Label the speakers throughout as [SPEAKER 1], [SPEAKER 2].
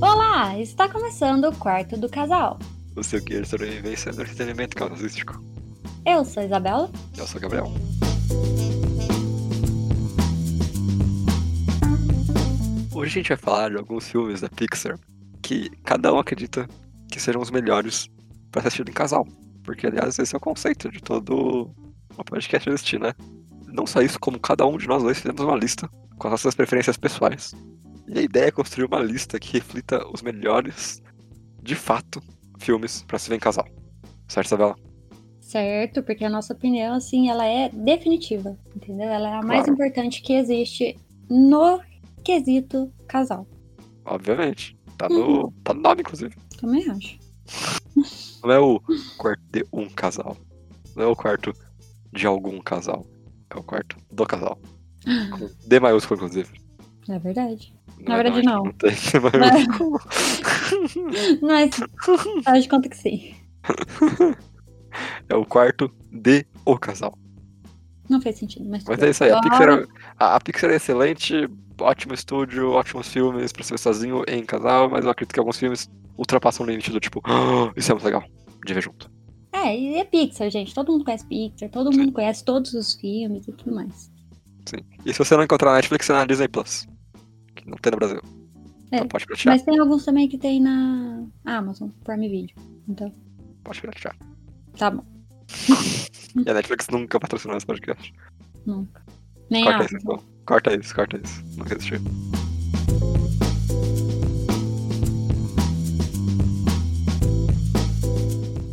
[SPEAKER 1] Olá, está começando o quarto do casal.
[SPEAKER 2] o seu guia de sobrevivência no entretenimento um causístico.
[SPEAKER 1] Eu sou a Isabela.
[SPEAKER 2] Eu sou o Gabriel. Hoje a gente vai falar de alguns filmes da Pixar que cada um acredita que sejam os melhores para ser assistido em casal. Porque, aliás, esse é o conceito de todo o podcast existir, né? Não só isso, como cada um de nós dois fizemos uma lista com as nossas preferências pessoais. E a ideia é construir uma lista que reflita os melhores, de fato, filmes para se ver em casal. Certo, Isabela?
[SPEAKER 1] Certo, porque a nossa opinião, assim, ela é definitiva, entendeu? Ela é a mais
[SPEAKER 2] Claro.
[SPEAKER 1] importante que existe no quesito casal.
[SPEAKER 2] Obviamente. Tá
[SPEAKER 1] Uhum.
[SPEAKER 2] no, tá no nome, inclusive.
[SPEAKER 1] Também acho.
[SPEAKER 2] Não é o quarto de um casal. Não é o quarto de algum casal. É o quarto do casal. Com D maiúsculo, inclusive.
[SPEAKER 1] É verdade.
[SPEAKER 2] Não
[SPEAKER 1] Na
[SPEAKER 2] é
[SPEAKER 1] verdade,
[SPEAKER 2] não,
[SPEAKER 1] não.
[SPEAKER 2] Não tem D maiúsculo.
[SPEAKER 1] Mas faz de conta que sim.
[SPEAKER 2] É o quarto de o casal.
[SPEAKER 1] Não fez sentido, mas.
[SPEAKER 2] Mas
[SPEAKER 1] tudo
[SPEAKER 2] é isso aí. A
[SPEAKER 1] bem.
[SPEAKER 2] Pixar, a, a Pixar é excelente, ótimo estúdio, ótimos filmes pra se ver sozinho em casal, mas eu acredito que alguns filmes ultrapassam o limite do tipo, "Ah, isso é muito legal, de ver junto.
[SPEAKER 1] É, e é Pixar, gente. Todo mundo conhece Pixar, todo mundo conhece todos os filmes e tudo mais.
[SPEAKER 2] Sim. E se você não encontrar na Netflix, é na Disney Plus. Que não tem no Brasil.
[SPEAKER 1] É,
[SPEAKER 2] Então pode piratear,
[SPEAKER 1] Mas tem alguns também que tem na Amazon, Prime Video. Então,
[SPEAKER 2] pode piratear.
[SPEAKER 1] tá bom,
[SPEAKER 2] E a Netflix nunca patrocinou esse podcast.
[SPEAKER 1] nunca. Nem né? a
[SPEAKER 2] Corta isso,
[SPEAKER 1] Amazon.
[SPEAKER 2] então. Corta isso, corta isso. Não quer assistir.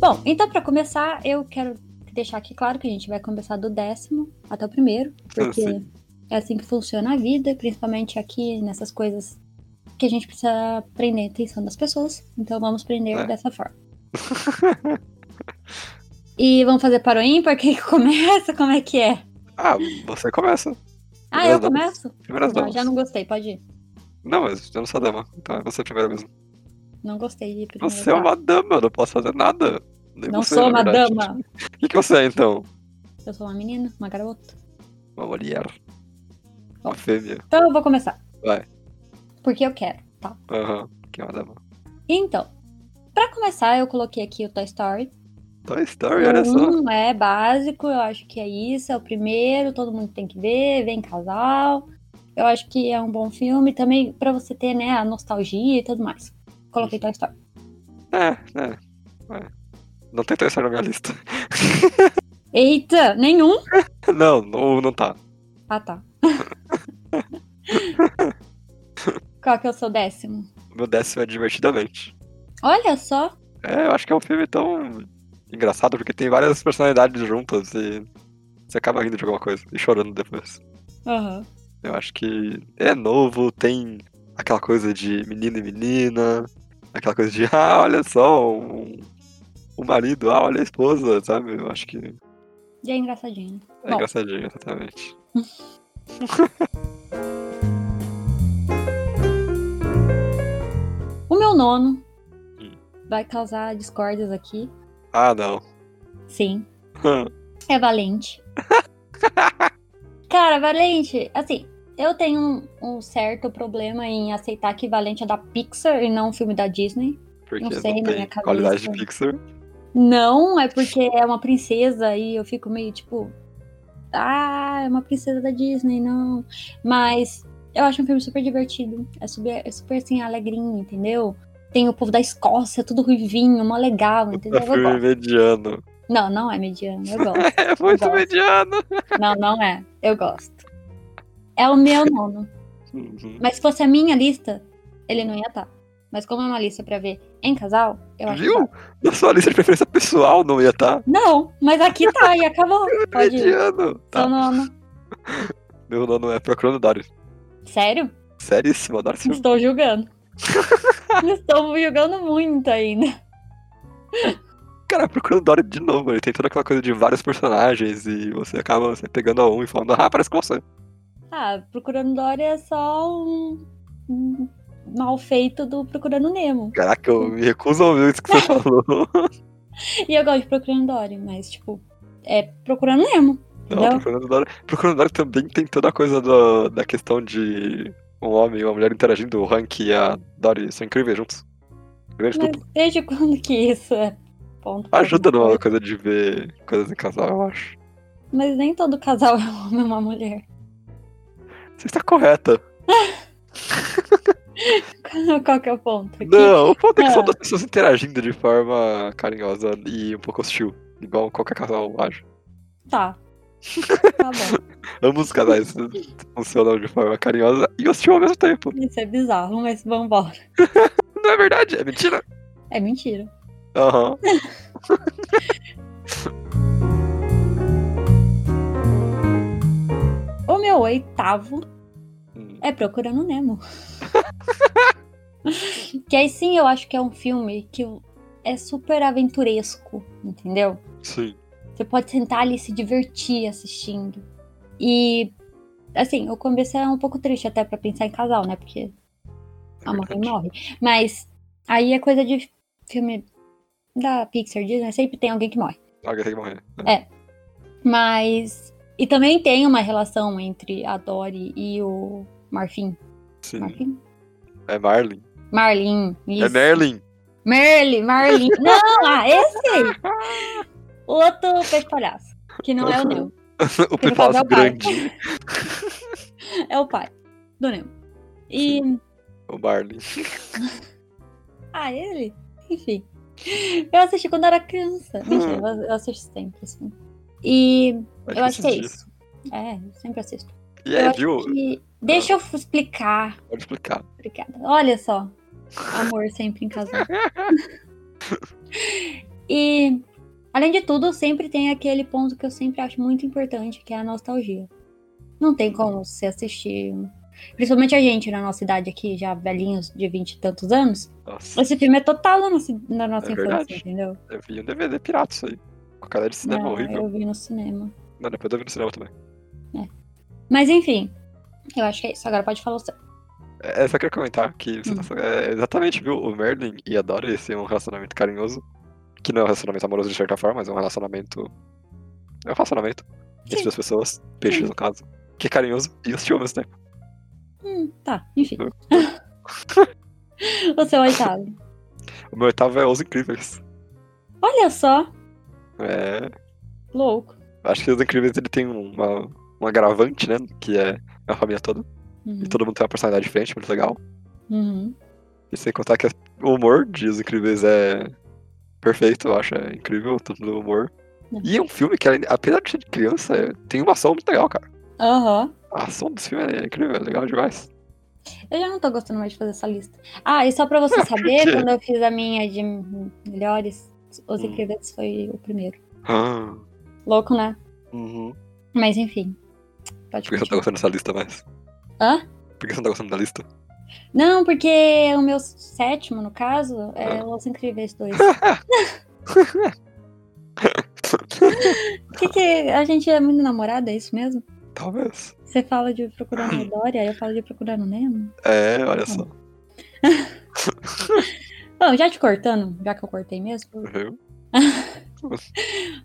[SPEAKER 1] Bom, então pra começar, eu quero deixar aqui claro que a gente vai começar do décimo até o primeiro, porque
[SPEAKER 2] Ah, Sim.
[SPEAKER 1] é assim que funciona a vida, principalmente aqui nessas coisas que a gente precisa prender a atenção das pessoas. Então vamos prender
[SPEAKER 2] É.
[SPEAKER 1] dessa forma. e vamos fazer para o ímpar? Quem que começa? Como é que é?
[SPEAKER 2] Ah, você começa.
[SPEAKER 1] Ah, eu
[SPEAKER 2] Primeiras damas.
[SPEAKER 1] começo?
[SPEAKER 2] Primeiras
[SPEAKER 1] Não,
[SPEAKER 2] damas.
[SPEAKER 1] já não gostei, pode ir.
[SPEAKER 2] Não, mas eu não sou dama. Então é você primeiro mesmo.
[SPEAKER 1] Não gostei de primeiro.
[SPEAKER 2] Você é uma dama, eu não posso fazer nada. Nem
[SPEAKER 1] Não
[SPEAKER 2] você, é
[SPEAKER 1] sou
[SPEAKER 2] na
[SPEAKER 1] uma
[SPEAKER 2] verdade.
[SPEAKER 1] dama.
[SPEAKER 2] O que, que você é, então?
[SPEAKER 1] Eu sou uma menina, uma garota.
[SPEAKER 2] Uma mulher. Uma fêmea.
[SPEAKER 1] Então eu vou começar.
[SPEAKER 2] Vai.
[SPEAKER 1] Porque eu quero, tá?
[SPEAKER 2] Aham. Que é uma dama.
[SPEAKER 1] Então, pra começar, eu coloquei aqui o Toy Story.
[SPEAKER 2] Toy Story, olha só.
[SPEAKER 1] Um é básico, eu acho que é isso, é o primeiro, todo mundo tem que ver, vem casal. Eu acho que é um bom filme também pra você ter, né, a nostalgia e tudo mais. Coloquei Toy Story.
[SPEAKER 2] É, é. é. Não tem Toy Story na minha lista.
[SPEAKER 1] Eita, nenhum?
[SPEAKER 2] Não, não, não tá.
[SPEAKER 1] Ah, tá. Qual que é o seu décimo?
[SPEAKER 2] O meu décimo é divertidamente.
[SPEAKER 1] Olha só,
[SPEAKER 2] É, eu acho que é um filme tão engraçado, porque tem várias personalidades juntas e você acaba rindo de alguma coisa e chorando depois.
[SPEAKER 1] Aham.
[SPEAKER 2] Eu acho que é novo, tem aquela coisa de menino e menina, aquela coisa de, ah, olha só, um- o marido, ah, olha a esposa, sabe? Eu acho que é
[SPEAKER 1] e é engraçadinho. Bom.
[SPEAKER 2] engraçadinho, exatamente.
[SPEAKER 1] O meu nono
[SPEAKER 2] Hum.
[SPEAKER 1] vai causar discórdias aqui.
[SPEAKER 2] Ah, não.
[SPEAKER 1] Sim. É Valente. Cara, Valente, assim, eu tenho um, um certo problema em aceitar que Valente é da Pixar e não um filme da Disney.
[SPEAKER 2] Porque não,
[SPEAKER 1] sei, na
[SPEAKER 2] tem
[SPEAKER 1] minha cabeça.
[SPEAKER 2] qualidade de Pixar.
[SPEAKER 1] Não, é porque é uma princesa e eu fico meio tipo. Ah, é uma princesa da Disney, não. Mas eu acho um filme super divertido. É super, é super assim, alegrinho, entendeu? Tem o povo da Escócia, tudo ruivinho, mó legal,
[SPEAKER 2] É
[SPEAKER 1] entendeu? Eu
[SPEAKER 2] filme
[SPEAKER 1] gosto.
[SPEAKER 2] mediano.
[SPEAKER 1] Não, não é mediano, eu gosto.
[SPEAKER 2] É muito
[SPEAKER 1] gosto.
[SPEAKER 2] mediano.
[SPEAKER 1] Não, não é. Eu gosto. É o meu nono.
[SPEAKER 2] Uhum.
[SPEAKER 1] Mas se fosse a minha lista, ele não ia estar. Mas como é uma lista pra ver em casal, eu acho que
[SPEAKER 2] Viu?
[SPEAKER 1] tá.
[SPEAKER 2] Na sua lista de preferência pessoal não ia tá? estar.
[SPEAKER 1] Não, mas aqui tá e acabou. Pode ir. Então-
[SPEAKER 2] Mediano. Tá.
[SPEAKER 1] Seu nono.
[SPEAKER 2] Meu nono é Procurando Dory.
[SPEAKER 1] Sério?
[SPEAKER 2] Seríssimo, adoro esse filme.
[SPEAKER 1] Estou julgando. Estou julgando muito ainda.
[SPEAKER 2] Cara, é Procurando Dory de novo. Ele tem toda aquela coisa de vários personagens e você acaba você pegando a um e falando, ah, parece com você.
[SPEAKER 1] Ah, Procurando Dory é só um, um mal feito do Procurando Nemo.
[SPEAKER 2] Caraca, eu me recuso a ouvir isso que você falou.
[SPEAKER 1] E eu gosto de Procurando Dory, mas tipo, é Procurando Nemo.
[SPEAKER 2] Não,
[SPEAKER 1] Não.
[SPEAKER 2] Procurando Dory. Procurando Dory também tem toda a coisa do- da questão de um homem e uma mulher interagindo, o Hank e a Dory são incríveis juntos. Primeiro de
[SPEAKER 1] Mas
[SPEAKER 2] tudo,
[SPEAKER 1] desde quando que isso é ponto? pra
[SPEAKER 2] ajuda
[SPEAKER 1] alguma
[SPEAKER 2] numa
[SPEAKER 1] coisa?
[SPEAKER 2] coisa de ver coisas em casal, eu acho.
[SPEAKER 1] Mas nem todo casal é um homem e uma mulher.
[SPEAKER 2] Você está correta.
[SPEAKER 1] Qual que é o ponto? aqui?
[SPEAKER 2] Não, o ponto é que são
[SPEAKER 1] Ah.
[SPEAKER 2] duas pessoas interagindo de forma carinhosa e um pouco hostil. Igual qualquer casal, eu acho.
[SPEAKER 1] Tá. Tá bom.
[SPEAKER 2] Ambos os casais funcionam de forma carinhosa e hostil ao mesmo tempo.
[SPEAKER 1] Isso é bizarro, mas vambora.
[SPEAKER 2] Não é verdade? É mentira?
[SPEAKER 1] É mentira.
[SPEAKER 2] Aham.
[SPEAKER 1] O meu oitavo
[SPEAKER 2] Hum.
[SPEAKER 1] é Procurando Nemo. que aí sim eu acho que é um filme que é super aventuresco, entendeu?
[SPEAKER 2] Sim.
[SPEAKER 1] Você pode sentar ali e se divertir assistindo. E, assim, eu comecei é um pouco triste até pra pensar em casal, né?
[SPEAKER 2] É
[SPEAKER 1] Porque a mãe morre. Mas aí é coisa de filme da Pixar, Disney, sempre tem alguém que morre.
[SPEAKER 2] Alguém tem que morrer. né?
[SPEAKER 1] Mas. E também tem uma relação entre a Dory e o Marfim.
[SPEAKER 2] Sim.
[SPEAKER 1] Marfim?
[SPEAKER 2] É Marlin.
[SPEAKER 1] Marlin. Isso.
[SPEAKER 2] É Merlin.
[SPEAKER 1] Merlin, Marlin. Não, ah, esse aí. Outro peixe palhaço. Que não é o Nemo.
[SPEAKER 2] o
[SPEAKER 1] Ele
[SPEAKER 2] Pipasso
[SPEAKER 1] é o pai.
[SPEAKER 2] grande.
[SPEAKER 1] É o pai do Nemo. E.
[SPEAKER 2] O Marlin.
[SPEAKER 1] Ah, ele? Enfim. Eu assisti quando era criança. Mentira, eu- eu assisto sempre, assim. E eu acho que é isso. É, eu sempre assisto.
[SPEAKER 2] E
[SPEAKER 1] Eu
[SPEAKER 2] aí,
[SPEAKER 1] acho
[SPEAKER 2] É, viu?
[SPEAKER 1] que- Deixa eu f- explicar.
[SPEAKER 2] Pode explicar.
[SPEAKER 1] Obrigada. Olha só. Amor sempre em casal. e, além de tudo, sempre tem aquele ponto que eu sempre acho muito importante, que é a nostalgia. Não tem como você assistir. Principalmente a gente na nossa idade aqui, já velhinhos de vinte e tantos anos.
[SPEAKER 2] Nossa,
[SPEAKER 1] Esse filme é total na nossa, na nossa
[SPEAKER 2] É
[SPEAKER 1] infância,
[SPEAKER 2] verdade.
[SPEAKER 1] entendeu?
[SPEAKER 2] eu vi um DVD pirata isso é então. aí. Com a cara de cinema
[SPEAKER 1] Ah,
[SPEAKER 2] horrível.
[SPEAKER 1] eu vi no cinema.
[SPEAKER 2] Não, depois eu vi no cinema também.
[SPEAKER 1] Mas enfim, eu acho que é isso. Agora pode falar o seu.
[SPEAKER 2] É, só queria comentar que você tá- é, exatamente, viu? O Merlin e a Dory têm um relacionamento carinhoso. Que não é um relacionamento amoroso de certa forma, mas é um relacionamento. É um relacionamento entre duas pessoas, peixes no caso. Que é carinhoso e né? hostil ao mesmo tempo.
[SPEAKER 1] Hum, tá, enfim. o seu oitavo.
[SPEAKER 2] O meu oitavo é Os Incríveis.
[SPEAKER 1] Olha só,
[SPEAKER 2] É,
[SPEAKER 1] louco.
[SPEAKER 2] Acho que os incríveis ele tem uma, um agravante, né? Que é a família toda.
[SPEAKER 1] Uhum,
[SPEAKER 2] E todo mundo tem uma personalidade diferente, muito legal.
[SPEAKER 1] uhum.
[SPEAKER 2] E sem contar que o humor de Os Incríveis é perfeito, eu acho. É incrível todo o humor. E é um filme que, além- apesar de ser de criança, é- tem uma ação muito legal, cara.
[SPEAKER 1] Aham.
[SPEAKER 2] A ação desse filme é incrível, é legal demais.
[SPEAKER 1] Eu já não tô gostando mais de fazer essa lista. Ah, e só pra você
[SPEAKER 2] Ah, por
[SPEAKER 1] saber,
[SPEAKER 2] quê?
[SPEAKER 1] quando eu fiz a minha de melhores, Os
[SPEAKER 2] Hum.
[SPEAKER 1] Incríveis foi o primeiro.
[SPEAKER 2] Ah,
[SPEAKER 1] Louco, né?
[SPEAKER 2] uhum.
[SPEAKER 1] Mas enfim. Pode
[SPEAKER 2] Por que você não tá
[SPEAKER 1] continuar.
[SPEAKER 2] gostando dessa lista mais?
[SPEAKER 1] Hã?
[SPEAKER 2] Por que você não tá gostando da lista?
[SPEAKER 1] Não, porque o meu sétimo, no caso, é Os Incríveis 2. que que a gente é muito namorada, é isso mesmo?
[SPEAKER 2] Talvez.
[SPEAKER 1] Você fala de procurando a Dory, aí eu falo de procurando Nemo.
[SPEAKER 2] É, olha só.
[SPEAKER 1] Bom, já te cortando, já que eu cortei mesmo.
[SPEAKER 2] Viu?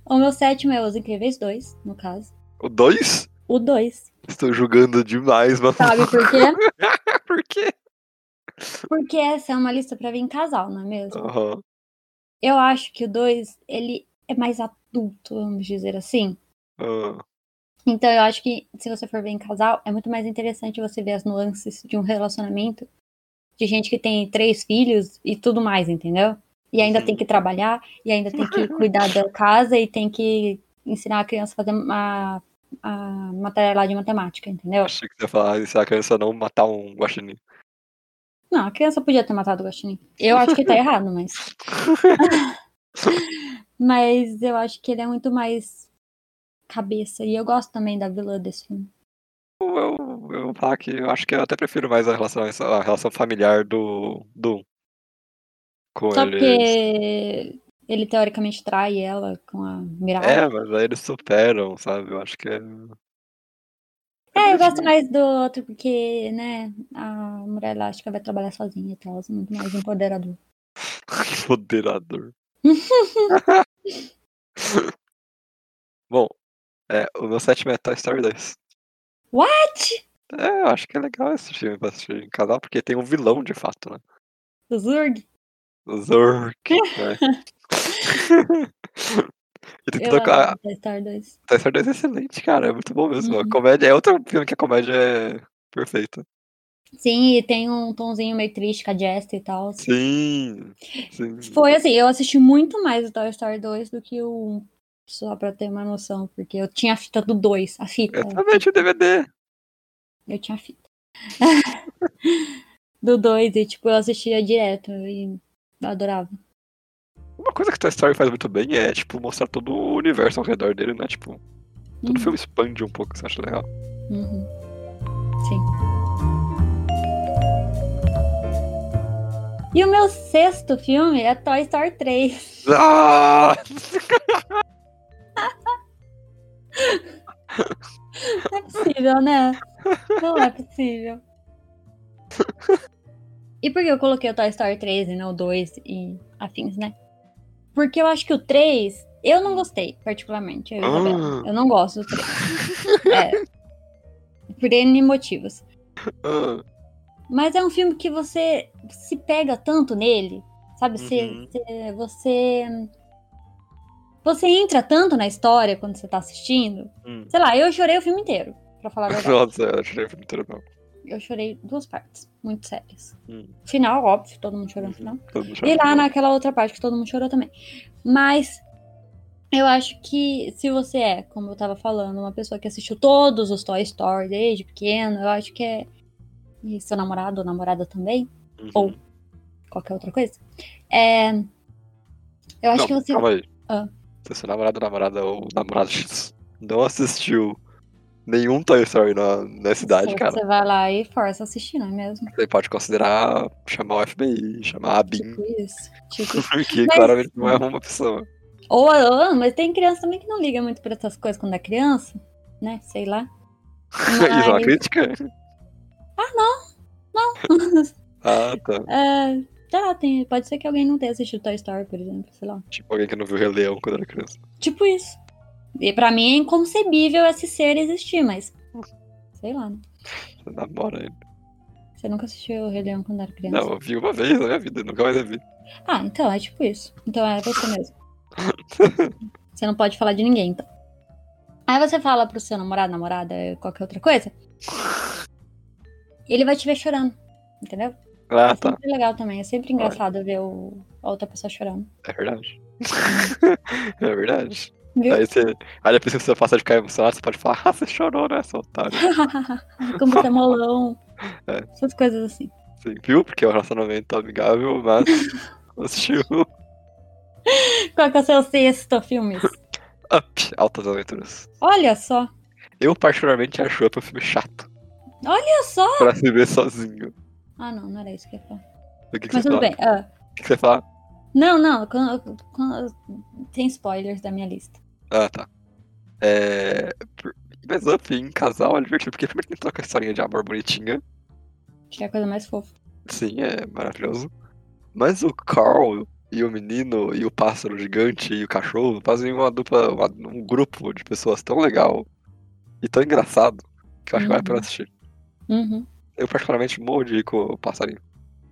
[SPEAKER 1] O meu sétimo é Os Incríveis 2, no caso.
[SPEAKER 2] O 2?
[SPEAKER 1] O 2.
[SPEAKER 2] Estou julgando demais, mano.
[SPEAKER 1] Sabe por quê?
[SPEAKER 2] Por quê?
[SPEAKER 1] Porque essa é uma lista pra vir em casal, não é mesmo?
[SPEAKER 2] Aham.
[SPEAKER 1] Eu acho que o 2, ele é mais adulto, vamos dizer assim.
[SPEAKER 2] ah.
[SPEAKER 1] Então eu acho que se você for ver em casal, é muito mais interessante você ver as nuances de um relacionamento de gente que tem três filhos e tudo mais, entendeu? E ainda
[SPEAKER 2] Uhum.
[SPEAKER 1] tem que trabalhar, e ainda tem que cuidar da casa, e tem que ensinar a criança a fazer uma, a matéria lá de matemática, entendeu?
[SPEAKER 2] Achei que você ia falar "Ah, se a criança não matar um guaxinim.
[SPEAKER 1] Não, a criança podia ter matado o guaxinim. Eu acho que tá errado, mas. mas eu acho que ele é muito mais cabeça. E eu gosto também da vilã desse filme.
[SPEAKER 2] Eu, eu, eu vou falar que eu acho que eu até prefiro mais a relação, a relação familiar do, do um. com
[SPEAKER 1] Só
[SPEAKER 2] eles.
[SPEAKER 1] porque ele teoricamente trai ela com a Mirai.
[SPEAKER 2] É, mas aí eles superam, sabe? Eu acho que é.
[SPEAKER 1] É, eu gosto mais do outro porque, né, a mulher elástica vai trabalhar sozinha e tal, é muito mais empoderador.
[SPEAKER 2] Moderador. Bom, é, o meu sétimo é Toy Story 2.
[SPEAKER 1] What?
[SPEAKER 2] É, eu acho que é legal esse filme pra assistir em casal, porque tem um vilão de fato, né?
[SPEAKER 1] O Zurg?
[SPEAKER 2] Zork. né? E tem
[SPEAKER 1] Eu
[SPEAKER 2] toda a-
[SPEAKER 1] amo Toy Story 2.
[SPEAKER 2] Toy Story 2 é excelente, cara. É muito bom mesmo. A
[SPEAKER 1] Uhum.
[SPEAKER 2] comédia é outro filme que a comédia é perfeita.
[SPEAKER 1] Sim, e tem um tonzinho meio triste com a Jess e tal.
[SPEAKER 2] Sim. Sim.
[SPEAKER 1] Foi assim, eu assisti muito mais o Toy Story 2 do que o 1. Só pra ter uma noção, porque eu tinha a fita do 2, a fita.
[SPEAKER 2] Eu também tinha o DVD.
[SPEAKER 1] Eu tinha a fita. do 2, e tipo, eu assistia direto e eu adorava.
[SPEAKER 2] Uma coisa que Toy Story faz muito bem é, tipo, mostrar todo o universo ao redor dele, né? Tipo, todo
[SPEAKER 1] Uhum,
[SPEAKER 2] filme expande um pouco, isso eu acho legal.
[SPEAKER 1] uhum. Sim. E o meu sexto filme é Toy Story 3.
[SPEAKER 2] Ah!
[SPEAKER 1] Não é possível, né? Não é possível. E por que eu coloquei o Toy Story 3 e não o 2 e afins, né? Porque eu acho que o 3, eu não gostei, particularmente. Eu, e a Isabela.
[SPEAKER 2] Ah.
[SPEAKER 1] eu não gosto do 3. É. Por N motivos.
[SPEAKER 2] Ah,
[SPEAKER 1] Mas é um filme que você se pega tanto nele, sabe? Você,
[SPEAKER 2] Uhum.
[SPEAKER 1] você, você. Você entra tanto na história quando você tá assistindo.
[SPEAKER 2] hum.
[SPEAKER 1] Sei lá, eu chorei o filme inteiro, pra falar a verdade.
[SPEAKER 2] Nossa, eu achei o filme inteiro não.
[SPEAKER 1] eu chorei duas partes muito sérias.
[SPEAKER 2] Hum.
[SPEAKER 1] Final, óbvio, todo mundo chorou no final.
[SPEAKER 2] Todo mundo
[SPEAKER 1] E
[SPEAKER 2] chora.
[SPEAKER 1] lá naquela outra parte que todo mundo chorou também. Mas eu acho que se você é, como eu tava falando, uma pessoa que assistiu todos os Toy Story desde pequeno, eu acho que é. E seu namorado ou namorada também,
[SPEAKER 2] Uhum.
[SPEAKER 1] ou qualquer outra coisa. É. Eu acho
[SPEAKER 2] Não,
[SPEAKER 1] que você.
[SPEAKER 2] Calma aí.
[SPEAKER 1] Ah.
[SPEAKER 2] Se seu namorado, namorada ou namorado X não assistiu nenhum Toy Story na, na cidade, cara,
[SPEAKER 1] Você vai lá e força a assistir, não é mesmo?
[SPEAKER 2] você pode considerar chamar o FBI, chamar a BIM,
[SPEAKER 1] Tipo isso. Tipo isso.
[SPEAKER 2] porque
[SPEAKER 1] Mas-
[SPEAKER 2] claramente não é uma opção.
[SPEAKER 1] Ou, ou- mas tem criança também que não liga muito pra essas coisas quando é criança, né? Sei lá.
[SPEAKER 2] Isso é uma
[SPEAKER 1] Mas-
[SPEAKER 2] crítica? Ah, tá.
[SPEAKER 1] É, sei lá, tem, pode ser que alguém não tenha assistido Toy Story, por exemplo, sei lá.
[SPEAKER 2] Tipo alguém que não viu Rei Leão quando era criança.
[SPEAKER 1] Tipo isso. E pra mim é inconcebível esse ser existir, mas. Sei lá, né?
[SPEAKER 2] Você namora ele.
[SPEAKER 1] Você nunca assistiu o Rei Leão quando era criança?
[SPEAKER 2] Não, eu vi uma vez na minha vida, nunca mais eu vi.
[SPEAKER 1] Ah, então, é tipo isso. Então é você mesmo. você não pode falar de ninguém, então. Aí você fala pro seu namorado, namorada, eh, qualquer outra coisa. Ele vai te ver chorando, entendeu?
[SPEAKER 2] Ah,
[SPEAKER 1] é
[SPEAKER 2] tá.
[SPEAKER 1] sempre legal também, é sempre engraçado ver o- a outra pessoa chorando.
[SPEAKER 2] É verdade. é verdade.
[SPEAKER 1] Viu?
[SPEAKER 2] Aí, você, aí depois que você passa de ficar emocionado, você pode falar, ah, você chorou, né, seu otário?
[SPEAKER 1] Como você é molão.
[SPEAKER 2] É.
[SPEAKER 1] Essas coisas assim.
[SPEAKER 2] Sim, viu? Porque é um relacionamento amigável, mas assistiu
[SPEAKER 1] Qual que é o seu sexto filme?
[SPEAKER 2] Up, Altas Aventuras.
[SPEAKER 1] Olha só.
[SPEAKER 2] Eu particularmente acho Up um filme chato
[SPEAKER 1] Olha só.
[SPEAKER 2] pra se ver sozinho.
[SPEAKER 1] Ah, não, não era isso que eu ia falar.
[SPEAKER 2] O que, que
[SPEAKER 1] Mas
[SPEAKER 2] você
[SPEAKER 1] tudo
[SPEAKER 2] fala?
[SPEAKER 1] bem. ah.
[SPEAKER 2] O que que você fala?
[SPEAKER 1] Não, não. quando- quando- tem spoilers da minha lista.
[SPEAKER 2] Ah, tá. É... por- Mas Up em casal é divertido, porque primeiro tem toda aquela historinha de amor bonitinha.
[SPEAKER 1] Que é a coisa mais fofa.
[SPEAKER 2] Sim, é maravilhoso. Mas o Carl e o menino, e o pássaro gigante, e o cachorro fazem uma dupla, uma- um grupo de pessoas tão legal e tão engraçado que eu acho que vale a pena
[SPEAKER 1] Uhum.
[SPEAKER 2] assistir.
[SPEAKER 1] Uhum.
[SPEAKER 2] Eu particularmente morro de rir com o passarinho.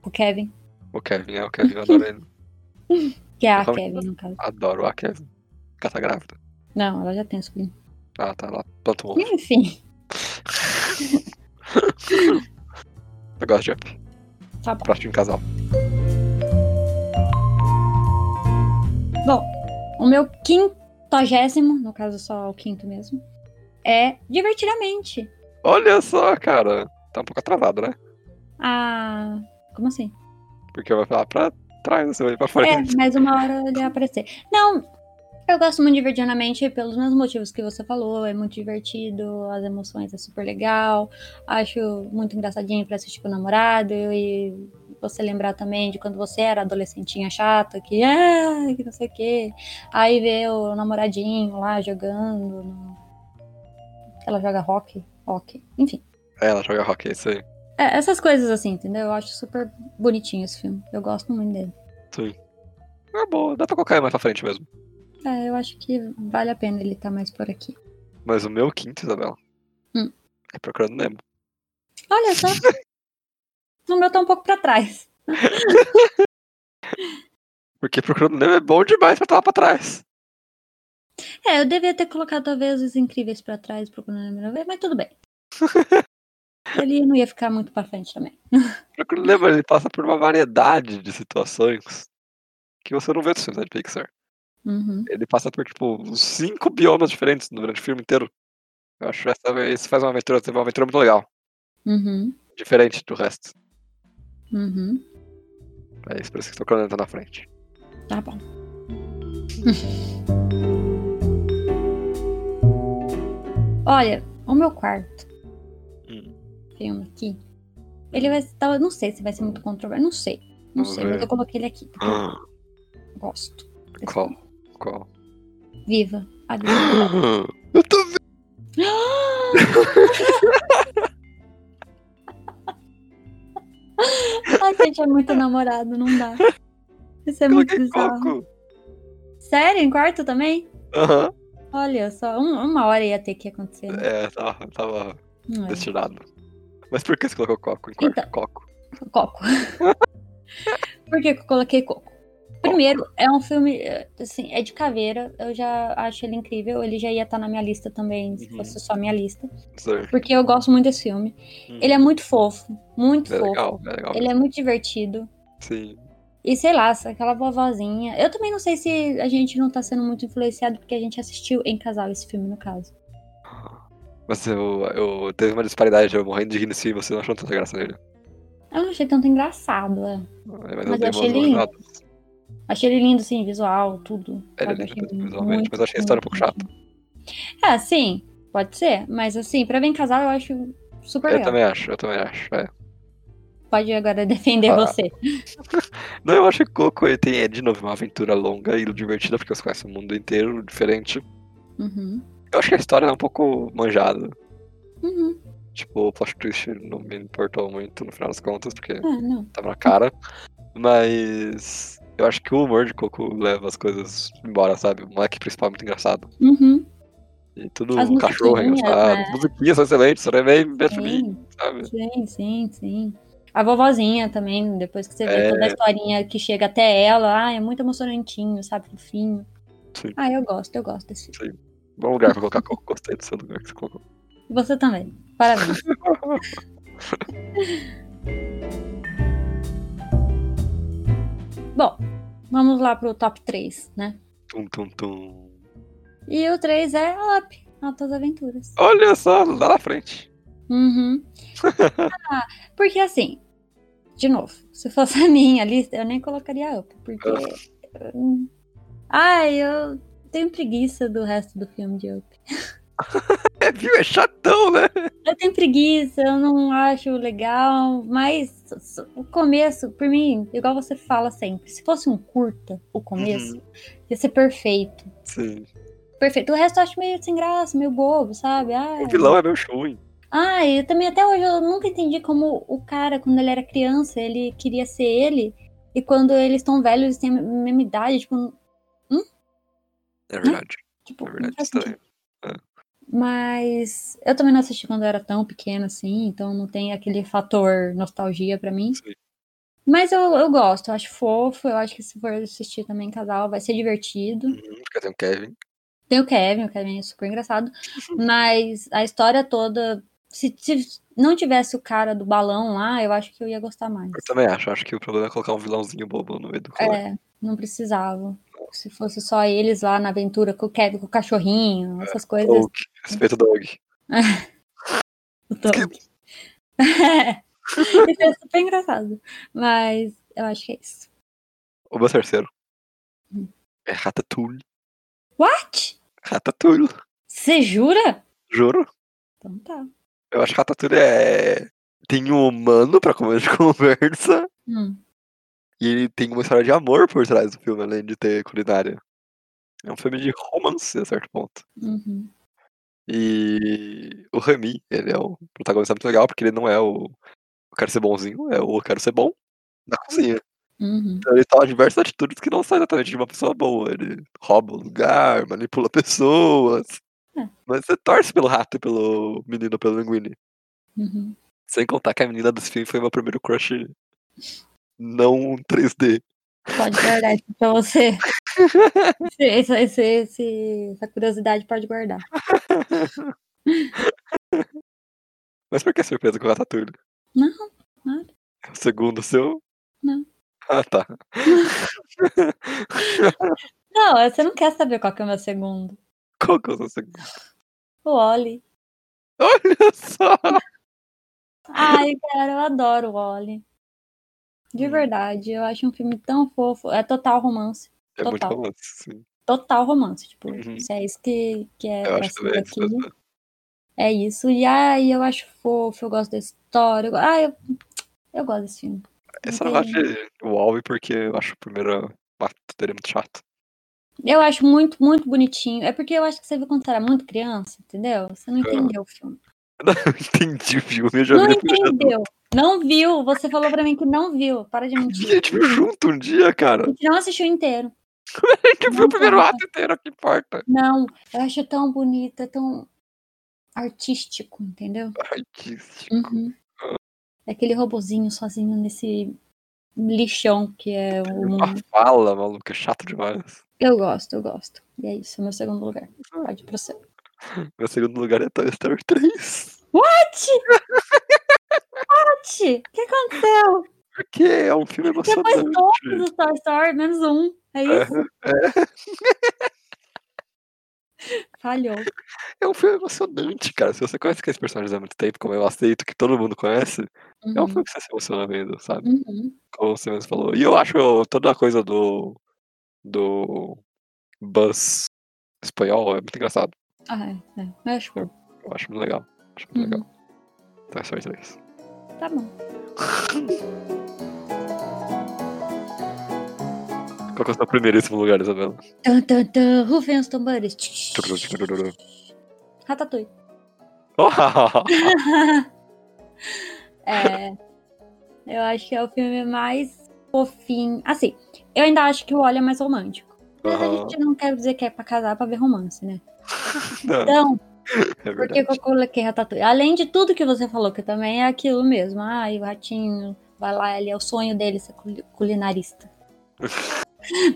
[SPEAKER 1] O Kevin.
[SPEAKER 2] O Kevin, é o Kevin, eu adoro ele.
[SPEAKER 1] Que é
[SPEAKER 2] Eu
[SPEAKER 1] a
[SPEAKER 2] também.
[SPEAKER 1] Kevin, no caso.
[SPEAKER 2] Adoro a Kevin. Ela tá grávida.
[SPEAKER 1] Não, ela já tem sobrinho.
[SPEAKER 2] Ah, tá lá. Planta um ovo.
[SPEAKER 1] Enfim,
[SPEAKER 2] Eu gosto de up.
[SPEAKER 1] tá bom.
[SPEAKER 2] Próximo casal.
[SPEAKER 1] Bom, o meu quintogésimo, no caso só o quinto mesmo, é Divertidamente.
[SPEAKER 2] Olha só, cara. Tá um pouco atrasado, né?
[SPEAKER 1] Ah, como assim?
[SPEAKER 2] Porque eu vou falar pra trás, você vai pra
[SPEAKER 1] É,
[SPEAKER 2] frente.
[SPEAKER 1] mais uma hora ele vai aparecer. Não, eu gosto muito de Divertidamente pelos mesmos motivos que você falou. É muito divertido, as emoções é super legal. Acho muito engraçadinho pra assistir com o namorado e você lembrar também de quando você era adolescentinha chata, que ah, que não sei o quê. Aí vê o namoradinho lá jogando. no- Ela joga rock, rock, enfim.
[SPEAKER 2] É, ela joga rock, é isso aí.
[SPEAKER 1] É, essas coisas assim, entendeu? Eu acho super bonitinho esse filme. Eu gosto muito dele.
[SPEAKER 2] É boa, dá pra colocar mais pra frente mesmo.
[SPEAKER 1] É, eu acho que vale a pena ele estar mais por aqui.
[SPEAKER 2] Mas o meu quinto, Isabela,
[SPEAKER 1] Hum.
[SPEAKER 2] é Procurando Nemo.
[SPEAKER 1] Olha só. o meu tá um pouco pra trás.
[SPEAKER 2] Porque Procurando Nemo é bom demais pra estar lá pra trás.
[SPEAKER 1] É, eu devia ter colocado talvez os incríveis pra trás procurando Nemo, não, mas tudo bem. Ele não ia ficar muito pra frente também.
[SPEAKER 2] Procurando Nemo, ele passa por uma variedade de situações que você não vê nos filmes da Pixar.
[SPEAKER 1] Uhum.
[SPEAKER 2] Ele passa por, tipo, uns cinco biomas diferentes durante o filme inteiro. Eu acho que essa, isso faz uma aventura, uma aventura muito legal.
[SPEAKER 1] Uhum.
[SPEAKER 2] Diferente do resto.
[SPEAKER 1] Uhum.
[SPEAKER 2] É isso, por isso que estou colocando na frente.
[SPEAKER 1] Tá bom. Olha, o meu quarto
[SPEAKER 2] Hum.
[SPEAKER 1] filme aqui, ele vai estar. eu Não sei se vai ser muito controverso. Não sei. Não
[SPEAKER 2] Vamos
[SPEAKER 1] sei,
[SPEAKER 2] ver.
[SPEAKER 1] mas eu coloquei ele aqui, porque
[SPEAKER 2] Ah,
[SPEAKER 1] eu gosto.
[SPEAKER 2] Qual? Qual?
[SPEAKER 1] Viva. A vida.
[SPEAKER 2] Eu tô vendo.
[SPEAKER 1] Ai, gente, é muito namorado, não dá. Isso é muito
[SPEAKER 2] Coloquei
[SPEAKER 1] bizarro.
[SPEAKER 2] coco.
[SPEAKER 1] Sério, em quarto também?
[SPEAKER 2] Aham.
[SPEAKER 1] Olha só, um- uma hora ia ter que acontecer. Né?
[SPEAKER 2] É, tava, tava
[SPEAKER 1] Não é.
[SPEAKER 2] destinado. Mas por que você colocou coco em quarto?
[SPEAKER 1] Então.
[SPEAKER 2] Coco.
[SPEAKER 1] Coco. Por que que eu coloquei Coco? Primeiro, é um filme, eh, assim, é de caveira, eu já acho ele incrível, ele já ia estar na minha lista também, se
[SPEAKER 2] Uhum.
[SPEAKER 1] fosse só minha lista,
[SPEAKER 2] Zer.
[SPEAKER 1] porque eu gosto muito desse filme.
[SPEAKER 2] Uhum.
[SPEAKER 1] Ele é muito fofo, muito
[SPEAKER 2] É
[SPEAKER 1] fofo,
[SPEAKER 2] legal, é legal.
[SPEAKER 1] ele é muito divertido,
[SPEAKER 2] Sim.
[SPEAKER 1] e sei lá, essa- aquela vovozinha, eu também não sei se a gente não tá sendo muito influenciado, porque a gente assistiu em casal esse filme, no caso.
[SPEAKER 2] Mas eu, eu teve uma disparidade, eu morrendo de rir nesse filme, você não achou tanta graça nele.
[SPEAKER 1] Eu não achei tanto engraçado, é.
[SPEAKER 2] Mas,
[SPEAKER 1] eu
[SPEAKER 2] dei
[SPEAKER 1] achei
[SPEAKER 2] umas
[SPEAKER 1] ele
[SPEAKER 2] risadas.
[SPEAKER 1] Achei ele lindo, assim, visual, tudo.
[SPEAKER 2] Ele é
[SPEAKER 1] sabe?
[SPEAKER 2] lindo mesmo,
[SPEAKER 1] Achei
[SPEAKER 2] visualmente,
[SPEAKER 1] muito,
[SPEAKER 2] mas eu achei a história um pouco
[SPEAKER 1] muito
[SPEAKER 2] chata.
[SPEAKER 1] lindo. É, sim, pode ser. Mas assim, pra vir em casal eu acho super
[SPEAKER 2] Eu
[SPEAKER 1] legal.
[SPEAKER 2] também acho, eu também acho. é.
[SPEAKER 1] Pode agora defender
[SPEAKER 2] Ah.
[SPEAKER 1] você.
[SPEAKER 2] Não, eu acho que Coco ele tem, é, de novo, uma aventura longa e divertida, porque você conhece o um mundo inteiro, diferente.
[SPEAKER 1] Uhum.
[SPEAKER 2] Eu acho que a história é um pouco manjada.
[SPEAKER 1] Uhum.
[SPEAKER 2] Tipo, o plot twist não me importou muito, no final das contas, porque
[SPEAKER 1] Ah, não.
[SPEAKER 2] tava na cara. Mas eu acho que o humor de Coco leva as coisas embora, sabe? O moleque principal é muito engraçado.
[SPEAKER 1] Uhum.
[SPEAKER 2] E tudo,
[SPEAKER 1] As
[SPEAKER 2] o cachorro é
[SPEAKER 1] musiquinhas,
[SPEAKER 2] engraçado.
[SPEAKER 1] né?
[SPEAKER 2] As musiquinhas são excelentes, também bem bem subir,
[SPEAKER 1] Sim,
[SPEAKER 2] sabe?
[SPEAKER 1] sim, sim, sim. A vovozinha também, depois que você vê
[SPEAKER 2] É.
[SPEAKER 1] toda a historinha que chega até ela, ah, é muito emocionantinho, sabe? Fofinho.
[SPEAKER 2] Sim.
[SPEAKER 1] Ah, eu gosto, eu gosto desse filme.
[SPEAKER 2] Bom lugar pra colocar Coco, gostei do seu lugar que você colocou.
[SPEAKER 1] E Você também. Parabéns. Bom, vamos lá pro top 3, né?
[SPEAKER 2] Tum, tum, tum.
[SPEAKER 1] E o 3 é Up, Altas Aventuras.
[SPEAKER 2] Olha só, lá na frente.
[SPEAKER 1] Uhum. Ah, porque assim, de novo, se fosse a minha lista, eu nem colocaria Up, porque. hum, Ai, eu tenho preguiça do resto do filme de Up.
[SPEAKER 2] É, viu? É chatão, né?
[SPEAKER 1] Eu tenho preguiça, eu não acho legal, mas s- o começo, por mim, igual você fala sempre, se fosse um curta, o começo,
[SPEAKER 2] Uhum.
[SPEAKER 1] ia ser perfeito.
[SPEAKER 2] Sim.
[SPEAKER 1] Perfeito. O resto eu acho meio sem graça, meio bobo, sabe? Ah,
[SPEAKER 2] O vilão é meio ruim.
[SPEAKER 1] Ah, eu também até hoje eu nunca entendi como o cara, quando ele era criança, ele queria ser ele. E quando eles estão velhos, eles têm a mesma idade, tipo, não-
[SPEAKER 2] É verdade,
[SPEAKER 1] tipo,
[SPEAKER 2] é
[SPEAKER 1] não
[SPEAKER 2] verdade.
[SPEAKER 1] faz
[SPEAKER 2] isso
[SPEAKER 1] sentido.
[SPEAKER 2] daí.
[SPEAKER 1] Mas eu também não assisti quando eu era tão pequena assim, então não tem aquele fator nostalgia pra mim.
[SPEAKER 2] Sim.
[SPEAKER 1] Mas eu, eu gosto, eu acho fofo, eu acho que se for assistir também em casal vai ser divertido.
[SPEAKER 2] Uhum, Porque tem o Kevin.
[SPEAKER 1] Tem o Kevin, o Kevin é super engraçado, mas a história toda, se, se não tivesse o cara do balão lá, eu acho que eu ia gostar mais.
[SPEAKER 2] Eu também acho. Acho que o problema é colocar um vilãozinho bobo no meio do colégio.
[SPEAKER 1] É, não precisava. Se fosse só eles lá na aventura com o Kevin, com o cachorrinho, essas coisas.
[SPEAKER 2] Doug. Respeita o Doug.
[SPEAKER 1] do Doug. Isso é super engraçado. Mas eu acho que é isso.
[SPEAKER 2] O meu terceiro.
[SPEAKER 1] Hum.
[SPEAKER 2] É Ratatouille.
[SPEAKER 1] What?
[SPEAKER 2] Ratatouille.
[SPEAKER 1] Você jura?
[SPEAKER 2] Juro.
[SPEAKER 1] Então tá.
[SPEAKER 2] Eu acho que Ratatouille é... Tem um humano pra comer de conversa.
[SPEAKER 1] Hum.
[SPEAKER 2] E ele tem uma história de amor por trás do filme, além de ter culinária. É um filme de romance, a certo ponto.
[SPEAKER 1] Uhum.
[SPEAKER 2] E o Rami, ele é um protagonista muito legal, porque ele não é o eu quero ser bonzinho, é o eu quero ser bom na cozinha.
[SPEAKER 1] Uhum.
[SPEAKER 2] Então ele toma diversas atitudes que não são exatamente de uma pessoa boa. Ele rouba o lugar, manipula pessoas.
[SPEAKER 1] É.
[SPEAKER 2] Mas você torce pelo rato e pelo menino, pelo linguine.
[SPEAKER 1] Uhum.
[SPEAKER 2] um Sem contar que a menina desse filme foi meu primeiro crush não 3D.
[SPEAKER 1] Pode guardar isso pra você. esse, esse, esse- essa curiosidade pode guardar.
[SPEAKER 2] Mas por que a surpresa com o Ratatouille?
[SPEAKER 1] Não, nada.
[SPEAKER 2] É o segundo seu?
[SPEAKER 1] Não.
[SPEAKER 2] Ah, tá.
[SPEAKER 1] Não, você não quer saber qual que é o meu segundo.
[SPEAKER 2] Qual que é o seu segundo?
[SPEAKER 1] O Oli.
[SPEAKER 2] Olha só!
[SPEAKER 1] Ai, cara, eu adoro o Oli. De
[SPEAKER 2] Hum.
[SPEAKER 1] verdade, eu acho um filme tão fofo. É total romance.
[SPEAKER 2] É muito
[SPEAKER 1] Total.
[SPEAKER 2] romance, sim.
[SPEAKER 1] Total romance. Tipo,
[SPEAKER 2] Uhum.
[SPEAKER 1] se é isso que, que é
[SPEAKER 2] Eu
[SPEAKER 1] pra
[SPEAKER 2] acho
[SPEAKER 1] ser
[SPEAKER 2] também.
[SPEAKER 1] aquilo. É isso. E ai, eu acho fofo, eu gosto da história. eu go- Ai, eu, eu gosto desse filme.
[SPEAKER 2] Eu só não gosto de o Alve porque eu acho o primeiro ato dele muito chato.
[SPEAKER 1] Eu acho muito, muito bonitinho. É porque eu acho que você viu quando você era muito criança, entendeu? Você não
[SPEAKER 2] Ah.
[SPEAKER 1] entendeu o filme.
[SPEAKER 2] Eu não entendi o filme, eu já
[SPEAKER 1] Não
[SPEAKER 2] vi depois de adulto.
[SPEAKER 1] entendeu. Não viu. Você falou pra mim que não viu. Para de
[SPEAKER 2] A
[SPEAKER 1] mentir.
[SPEAKER 2] gente viu junto um dia, cara.
[SPEAKER 1] A gente não assistiu inteiro.
[SPEAKER 2] A gente viu
[SPEAKER 1] Não
[SPEAKER 2] o primeiro
[SPEAKER 1] importa.
[SPEAKER 2] ato inteiro, o que importa.
[SPEAKER 1] Não. Eu acho tão bonito, é tão artístico, entendeu?
[SPEAKER 2] Ai, que chico.
[SPEAKER 1] Uhum. É Aquele robozinho sozinho nesse lixão que é o mundo.
[SPEAKER 2] Uma fala, maluco, é chato demais.
[SPEAKER 1] Eu gosto, eu gosto. E é isso, é meu segundo lugar. Pode prosseguir.
[SPEAKER 2] Meu segundo lugar é Toy Story 3.
[SPEAKER 1] Tati! Tati! O que aconteceu?
[SPEAKER 2] Porque é um filme
[SPEAKER 1] Depois
[SPEAKER 2] emocionante.
[SPEAKER 1] todos os Toy Story, menos um. É isso? Falhou.
[SPEAKER 2] É um filme emocionante, cara. Se você conhece aqueles personagens há muito tempo, como eu aceito, que todo mundo conhece, é um
[SPEAKER 1] Uhum,
[SPEAKER 2] filme que você se emociona vendo, sabe?
[SPEAKER 1] uhum.
[SPEAKER 2] Como você mesmo falou. E eu acho toda a coisa do. do. Buzz espanhol é muito engraçado.
[SPEAKER 1] Ah, é, é. Mas acho bom.
[SPEAKER 2] Eu acho muito legal. Acho muito legal. Então é Toy Story 3.
[SPEAKER 1] Tá bom.
[SPEAKER 2] Qual que é o seu primeiríssimo lugar, Isabela?
[SPEAKER 1] Tan, tan, tan. Rufem os tambores. Ratatouille. É. Eu acho que é o filme mais fofinho. Assim, eu ainda acho que o Olho é mais romântico. Mas a
[SPEAKER 2] Aham.
[SPEAKER 1] gente não quer dizer que é pra casar pra ver romance, né?
[SPEAKER 2] Não,
[SPEAKER 1] Então,
[SPEAKER 2] é
[SPEAKER 1] Por que,
[SPEAKER 2] verdade.
[SPEAKER 1] que eu coloquei Ratatouille? Além de tá tudo que você falou, que também é aquilo mesmo. Ai, o ratinho, vai lá, ele é o sonho dele ser culi- culinarista.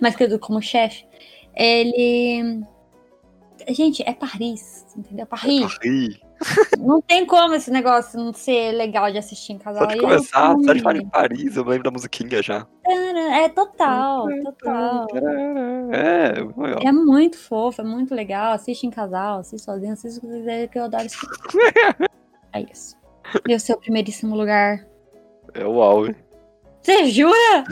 [SPEAKER 1] Mas que como chefe, ele. Gente, é Paris, entendeu?
[SPEAKER 2] É
[SPEAKER 1] Paris.
[SPEAKER 2] Ri.
[SPEAKER 1] Não tem como esse negócio não ser legal de assistir em
[SPEAKER 2] Só
[SPEAKER 1] casal.
[SPEAKER 2] de
[SPEAKER 1] E é um
[SPEAKER 2] começar, só de falar
[SPEAKER 1] filme.
[SPEAKER 2] em Paris, eu lembro da musiquinha já.
[SPEAKER 1] É total, total.
[SPEAKER 2] É, é legal.
[SPEAKER 1] É muito fofo, é muito legal. Assiste em casal, assiste sozinho, assiste o que quiser, que eu adoro esse filme. É isso. E o seu primeiríssimo lugar
[SPEAKER 2] É o Alve.
[SPEAKER 1] Você jura?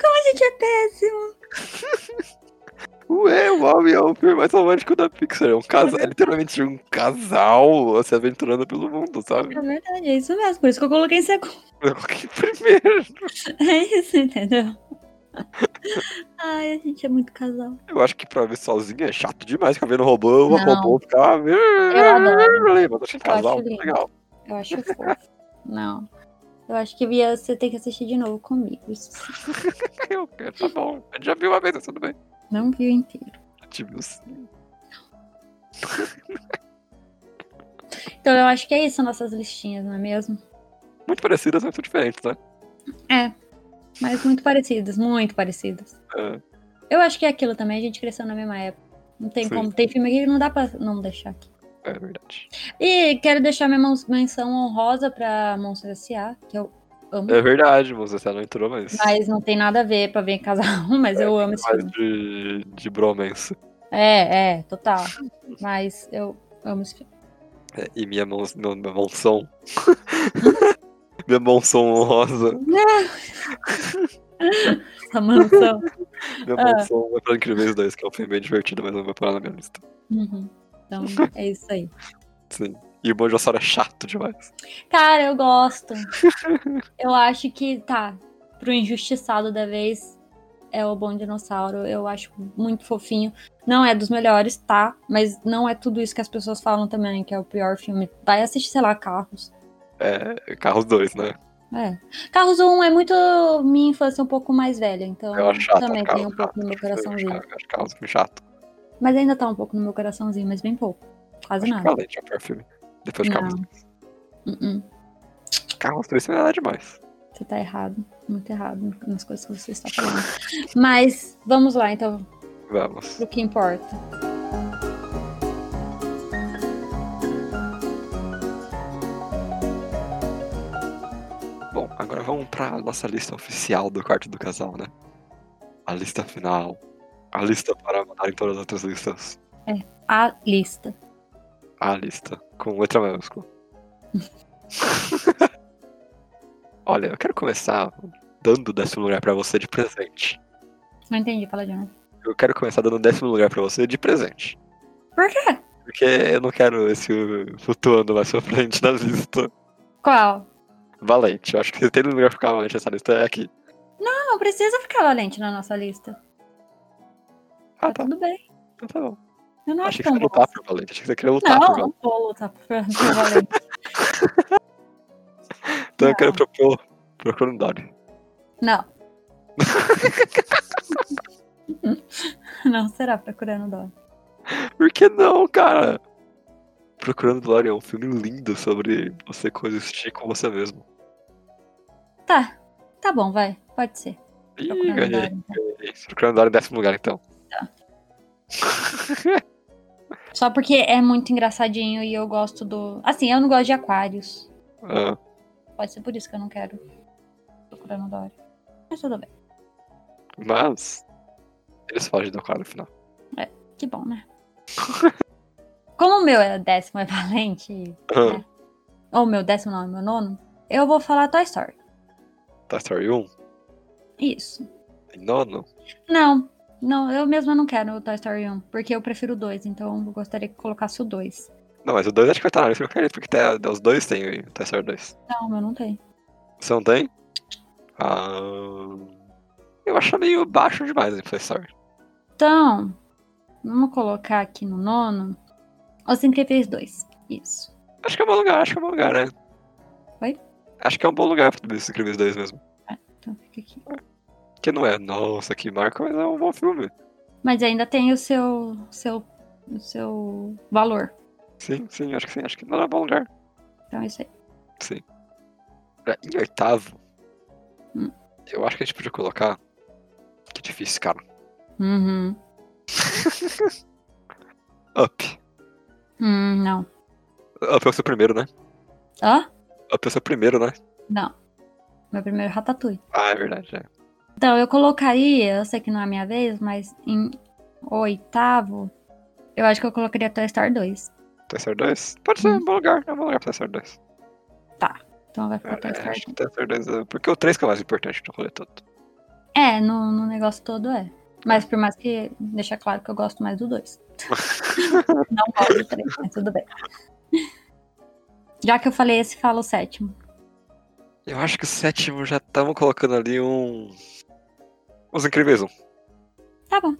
[SPEAKER 1] Como a gente é péssimo?
[SPEAKER 2] Ué, o Alve é o filme mais romântico da Pixar. É, um casa... é literalmente um casal se aventurando pelo mundo, sabe?
[SPEAKER 1] É verdade, é isso mesmo. Por isso que eu coloquei em segundo.
[SPEAKER 2] Eu coloquei primeiro.
[SPEAKER 1] É isso, entendeu? Ai, a gente é muito casal.
[SPEAKER 2] Eu acho que pra ver sozinho é chato demais ficar vendo robô, o
[SPEAKER 1] Não.
[SPEAKER 2] robô ficar. Eu
[SPEAKER 1] adoro.
[SPEAKER 2] Mas acho que é um casal,
[SPEAKER 1] acho lindo.
[SPEAKER 2] legal.
[SPEAKER 1] Eu acho fofo. Não. Eu acho que Bia, você tem que assistir de novo comigo. Isso sim.
[SPEAKER 2] Eu quero, tá bom. A gente já viu uma vez, mas tudo bem.
[SPEAKER 1] Não viu inteiro.
[SPEAKER 2] A gente viu sim.
[SPEAKER 1] Então eu acho que é isso nossas listinhas, não é mesmo?
[SPEAKER 2] Muito parecidas, mas muito diferentes, né?
[SPEAKER 1] Mas muito parecidas, muito parecidas.
[SPEAKER 2] É.
[SPEAKER 1] Eu acho que é aquilo também, a gente cresceu na mesma época. Não tem
[SPEAKER 2] Sim.
[SPEAKER 1] como. Tem filme aqui que não dá pra não deixar aqui.
[SPEAKER 2] É verdade.
[SPEAKER 1] E quero deixar minha mons- menção honrosa pra Monstros S.A., que eu amo.
[SPEAKER 2] É verdade, moça, você não entrou, mas.
[SPEAKER 1] Mas não tem nada a ver pra ver em casal, mas eu amo esse
[SPEAKER 2] mais
[SPEAKER 1] filme.
[SPEAKER 2] de, de bromance.
[SPEAKER 1] É, é, total. Mas eu amo esse filme.
[SPEAKER 2] É, e minha mão, não, minha monção. minha monção honrosa.
[SPEAKER 1] Essa mansão.
[SPEAKER 2] Minha
[SPEAKER 1] Ah.
[SPEAKER 2] monção é pra Incríveis 2, que é um filme bem divertido, mas não vai parar na minha lista.
[SPEAKER 1] Uhum. Então, é isso aí.
[SPEAKER 2] Sim. E o Bojossauro é chato demais.
[SPEAKER 1] Cara, eu gosto. Eu acho que, tá, pro injustiçado da vez é o Bom Dinossauro. Eu acho muito fofinho. Não é dos melhores, tá? Mas não é tudo isso que as pessoas falam também, que é o pior filme. Vai assistir, sei lá, Carros.
[SPEAKER 2] É, Carros 2, né?
[SPEAKER 1] É. Carros 1 é muito minha infância um pouco mais velha, então
[SPEAKER 2] Eu acho chato.
[SPEAKER 1] também
[SPEAKER 2] Carros,
[SPEAKER 1] tem um pouco no meu
[SPEAKER 2] Carros,
[SPEAKER 1] coraçãozinho.
[SPEAKER 2] Eu acho Carros um filme chato.
[SPEAKER 1] Mas ainda tá um pouco no meu coraçãozinho, mas bem pouco. Quase
[SPEAKER 2] Acho que
[SPEAKER 1] nada.
[SPEAKER 2] Valente é o pior filme. Depois de
[SPEAKER 1] Não.
[SPEAKER 2] Carros 2.
[SPEAKER 1] Uh-uh.
[SPEAKER 2] Carros 3 não é nada demais.
[SPEAKER 1] Você tá errado, muito errado nas coisas que você está falando. Mas vamos lá, então,
[SPEAKER 2] Vamos.
[SPEAKER 1] pro que importa.
[SPEAKER 2] Bom, agora vamos pra nossa lista oficial do quarto do casal, né? A lista final. A lista para mandar em todas as outras listas.
[SPEAKER 1] A lista.
[SPEAKER 2] A lista. Com letra maiúscula. Olha, eu quero começar dando o décimo lugar pra você de presente.
[SPEAKER 1] Não entendi, fala de novo.
[SPEAKER 2] Eu quero começar dando o décimo lugar pra você de presente.
[SPEAKER 1] Por quê?
[SPEAKER 2] Porque eu não quero esse uh, flutuando mais pra frente na lista.
[SPEAKER 1] Qual?
[SPEAKER 2] Valente, eu acho que tem lugar pra ficar valente nessa lista é aqui.
[SPEAKER 1] Não, precisa ficar valente na nossa lista.
[SPEAKER 2] Ah,
[SPEAKER 1] Tá
[SPEAKER 2] tá,
[SPEAKER 1] tudo bem.
[SPEAKER 2] tá, tá bom.
[SPEAKER 1] Eu não acho
[SPEAKER 2] Achei que você
[SPEAKER 1] tão
[SPEAKER 2] queria
[SPEAKER 1] bom.
[SPEAKER 2] lutar por valente, achei que você queria lutar por
[SPEAKER 1] Não,
[SPEAKER 2] valente.
[SPEAKER 1] não vou lutar por por valente.
[SPEAKER 2] Então eu
[SPEAKER 1] Não.
[SPEAKER 2] quero propor. Procura um Dory.
[SPEAKER 1] Não. não será procurando dó.
[SPEAKER 2] Por que não, cara? Procurando Dory é um filme lindo sobre você coexistir com você mesmo.
[SPEAKER 1] Tá. Tá bom, vai. Pode ser.
[SPEAKER 2] Ih,
[SPEAKER 1] Procurando Dory,
[SPEAKER 2] ganhei.
[SPEAKER 1] então.
[SPEAKER 2] ganhei. Procurando Dory em décimo lugar, então.
[SPEAKER 1] Só porque é muito engraçadinho e eu gosto do. Assim, eu não gosto de aquários.
[SPEAKER 2] Ah,
[SPEAKER 1] Pode ser por isso que eu não quero procurando Dory. Mas tudo bem.
[SPEAKER 2] mas. Eles fogem do quadro final.
[SPEAKER 1] Que bom, né? Como o meu é décimo é valente,
[SPEAKER 2] Ah,
[SPEAKER 1] É. ou meu décimo não é meu nono, eu vou falar Toy Story.
[SPEAKER 2] Toy Story 1?
[SPEAKER 1] Isso.
[SPEAKER 2] Em nono?
[SPEAKER 1] Não, não, eu mesma não quero o Toy Story 1, porque eu prefiro o 2, então eu gostaria que colocasse o 2.
[SPEAKER 2] Não, mas o 2 acho que vai estar na lista que eu quero, porque tem, é, os dois tem o Toy Story 2.
[SPEAKER 1] Não, o meu não tem.
[SPEAKER 2] Você não tem? Ah, eu acho meio baixo demais o Toy Story.
[SPEAKER 1] Então, vamos colocar aqui no nono Os Incríveis 2. Isso.
[SPEAKER 2] Acho que é um bom lugar, acho que é um bom lugar, né?
[SPEAKER 1] Oi?
[SPEAKER 2] Acho que é um bom lugar pra se escrever os dois mesmo.
[SPEAKER 1] Então fica aqui.
[SPEAKER 2] Que não é, nossa, que marca, mas é um bom filme.
[SPEAKER 1] Mas ainda tem o seu, seu, o seu valor.
[SPEAKER 2] Sim, sim, acho que sim, acho que não é um bom lugar.
[SPEAKER 1] Então é isso aí.
[SPEAKER 2] É, Em oitavo,
[SPEAKER 1] Hum.
[SPEAKER 2] eu acho que a gente podia colocar. Que difícil, cara.
[SPEAKER 1] Uhum.
[SPEAKER 2] Up.
[SPEAKER 1] Hum, não.
[SPEAKER 2] Up é o seu primeiro, né?
[SPEAKER 1] Hã?
[SPEAKER 2] Up é o seu primeiro, né?
[SPEAKER 1] Não. Meu primeiro é Ratatouille.
[SPEAKER 2] Ah, é verdade, é.
[SPEAKER 1] Então, eu colocaria, eu sei que não é a minha vez, mas em oitavo, eu acho que eu colocaria Toy Story 2.
[SPEAKER 2] Toy Story 2? Pode ser um bom lugar, é um bom lugar pra Toy Story 2.
[SPEAKER 1] Então vai ficar Toy
[SPEAKER 2] É,
[SPEAKER 1] Story
[SPEAKER 2] acho que Toy Story 2 é... Porque o 3 que é o mais importante do rolê todo.
[SPEAKER 1] É, no, no negócio todo é. Mas por mais que deixar claro que eu gosto mais do 2. Não gosto do 3, mas tudo bem. Já que eu falei esse, fala o sétimo.
[SPEAKER 2] Eu acho que o sétimo já estavam colocando ali um. Os Incríveis 1.
[SPEAKER 1] Tá bom.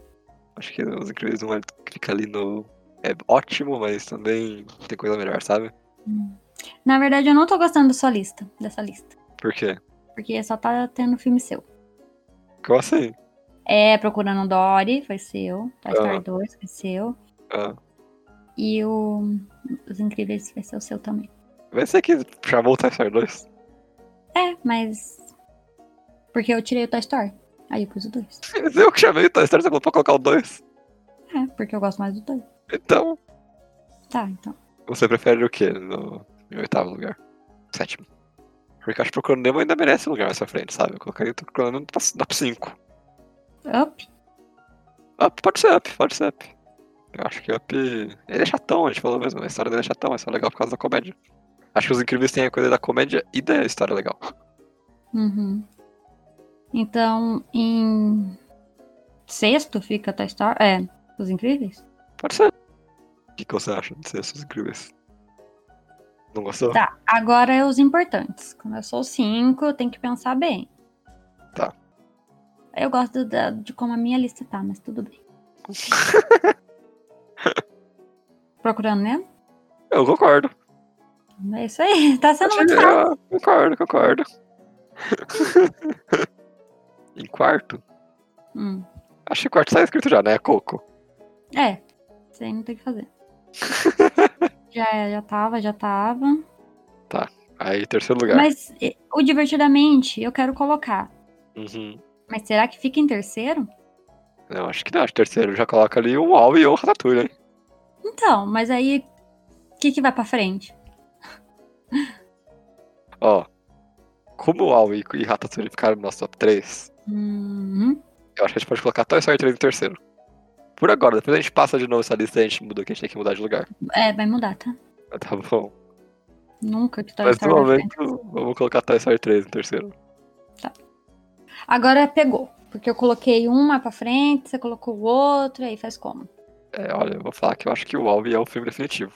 [SPEAKER 2] Acho que os incríveis não é- fica ali no. É ótimo, mas também tem coisa melhor, sabe?
[SPEAKER 1] Na verdade, eu não tô gostando da sua lista, dessa lista.
[SPEAKER 2] Por quê?
[SPEAKER 1] Porque só tá tendo filme seu.
[SPEAKER 2] Como assim?
[SPEAKER 1] É, Procurando Dory, foi seu. Toy Story
[SPEAKER 2] Ah.
[SPEAKER 1] 2, foi seu.
[SPEAKER 2] Ah,
[SPEAKER 1] E o Os Incríveis vai ser o seu também.
[SPEAKER 2] vai ser que chamou o Toy Story 2.
[SPEAKER 1] É, mas. Porque eu tirei o Toy Story. Aí eu pus o 2.
[SPEAKER 2] Mas Eu que chamei o Toy Story, você falou pra colocar o 2.
[SPEAKER 1] É, porque eu gosto mais do 2.
[SPEAKER 2] Então,
[SPEAKER 1] Tá, então.
[SPEAKER 2] você prefere o quê no em oitavo lugar? Sétimo. Porque eu acho que Procurando Nemo ainda merece um lugar mais pra frente, sabe? Eu colocaria o Procurando Nemo pra- dá pra 5.
[SPEAKER 1] Up.
[SPEAKER 2] Up, pode ser Up, pode ser Up. Eu acho que Up. Ele é chatão, a gente falou mesmo. A história dele é chatão, mas é legal por causa da comédia. Acho que os incríveis têm a coisa da comédia e da história legal.
[SPEAKER 1] Uhum. Então, em. Sexto fica Toy Story. É, Os Incríveis?
[SPEAKER 2] Pode ser. O que, que você acha de ser esses incríveis? Não gostou?
[SPEAKER 1] Tá, agora é os importantes. Começou os cinco, eu tenho que pensar bem.
[SPEAKER 2] Tá.
[SPEAKER 1] Eu gosto da- de como a minha lista tá, mas tudo bem. Procurando, né?
[SPEAKER 2] Eu concordo.
[SPEAKER 1] É isso aí, tá sendo muito fácil.
[SPEAKER 2] Eu É, concordo, concordo. em quarto?
[SPEAKER 1] Hum.
[SPEAKER 2] Acho que quarto tá escrito já, né? Coco.
[SPEAKER 1] É, isso aí não tem o que fazer. já, já tava, já tava.
[SPEAKER 2] Aí, terceiro lugar.
[SPEAKER 1] Mas eh, o Divertidamente eu quero colocar.
[SPEAKER 2] Uhum.
[SPEAKER 1] Mas será que fica em terceiro?
[SPEAKER 2] Não, acho que não. Acho que terceiro já coloca ali o Al e o Ratatouille, né?
[SPEAKER 1] Então, mas aí o que, que vai pra frente?
[SPEAKER 2] Ó. Como o Al e e Ratatouille ficaram no nosso top 3,
[SPEAKER 1] Uhum.
[SPEAKER 2] eu acho que a gente pode colocar Toy Story 3 em terceiro. Por agora, depois a gente passa de novo essa lista e a gente muda, que a gente tem que mudar de lugar.
[SPEAKER 1] É, vai mudar, tá?
[SPEAKER 2] Tá bom.
[SPEAKER 1] Nunca que Toy
[SPEAKER 2] Mas
[SPEAKER 1] Story
[SPEAKER 2] no
[SPEAKER 1] vai pra frente.
[SPEAKER 2] momento, eu vou colocar Toy Story 3 em terceiro.
[SPEAKER 1] Agora pegou. Porque eu coloquei uma pra frente, você colocou o outro, aí faz como?
[SPEAKER 2] É, olha, eu vou falar que eu acho que o Alve é o filme definitivo.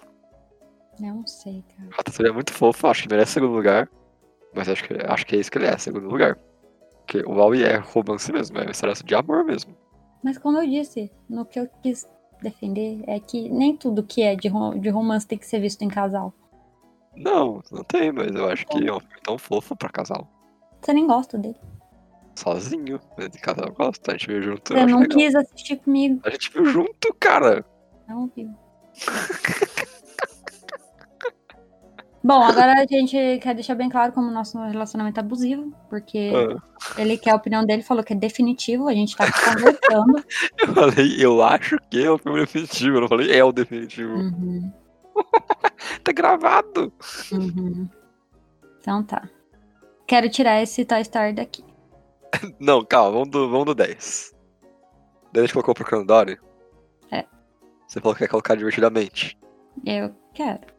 [SPEAKER 1] Eu não sei, cara.
[SPEAKER 2] Ratatouille é muito fofo, acho que merece segundo lugar. Mas acho que, acho que é isso que ele é, segundo lugar. Porque o Wall-E é romance mesmo, é uma história de amor mesmo.
[SPEAKER 1] Mas como eu disse, no que eu quis defender é que nem tudo que é de, ro- de romance tem que ser visto em casal.
[SPEAKER 2] Não, não tem, mas eu acho que é um filme tão fofo pra casal.
[SPEAKER 1] Você nem gosta dele.
[SPEAKER 2] Sozinho, mas de casal eu gosto, a gente viu junto, eu
[SPEAKER 1] Você
[SPEAKER 2] acho
[SPEAKER 1] não
[SPEAKER 2] legal.
[SPEAKER 1] quis assistir comigo.
[SPEAKER 2] A gente viu junto, cara!
[SPEAKER 1] Não viu. Bom, agora a gente quer deixar bem claro como o nosso relacionamento é abusivo, porque
[SPEAKER 2] Ah,
[SPEAKER 1] ele quer a opinião dele, falou que é definitivo, a gente tá conversando.
[SPEAKER 2] Eu falei, eu acho que é o filme definitivo, eu não falei é o definitivo.
[SPEAKER 1] Uhum,
[SPEAKER 2] Tá gravado!
[SPEAKER 1] uhum. Então tá. Quero tirar esse Toy Story daqui.
[SPEAKER 2] Não, calma, vamos do, vamos do 10. Daí a gente colocou pro Candori.
[SPEAKER 1] É.
[SPEAKER 2] Você falou que quer colocar divertidamente.
[SPEAKER 1] Eu quero.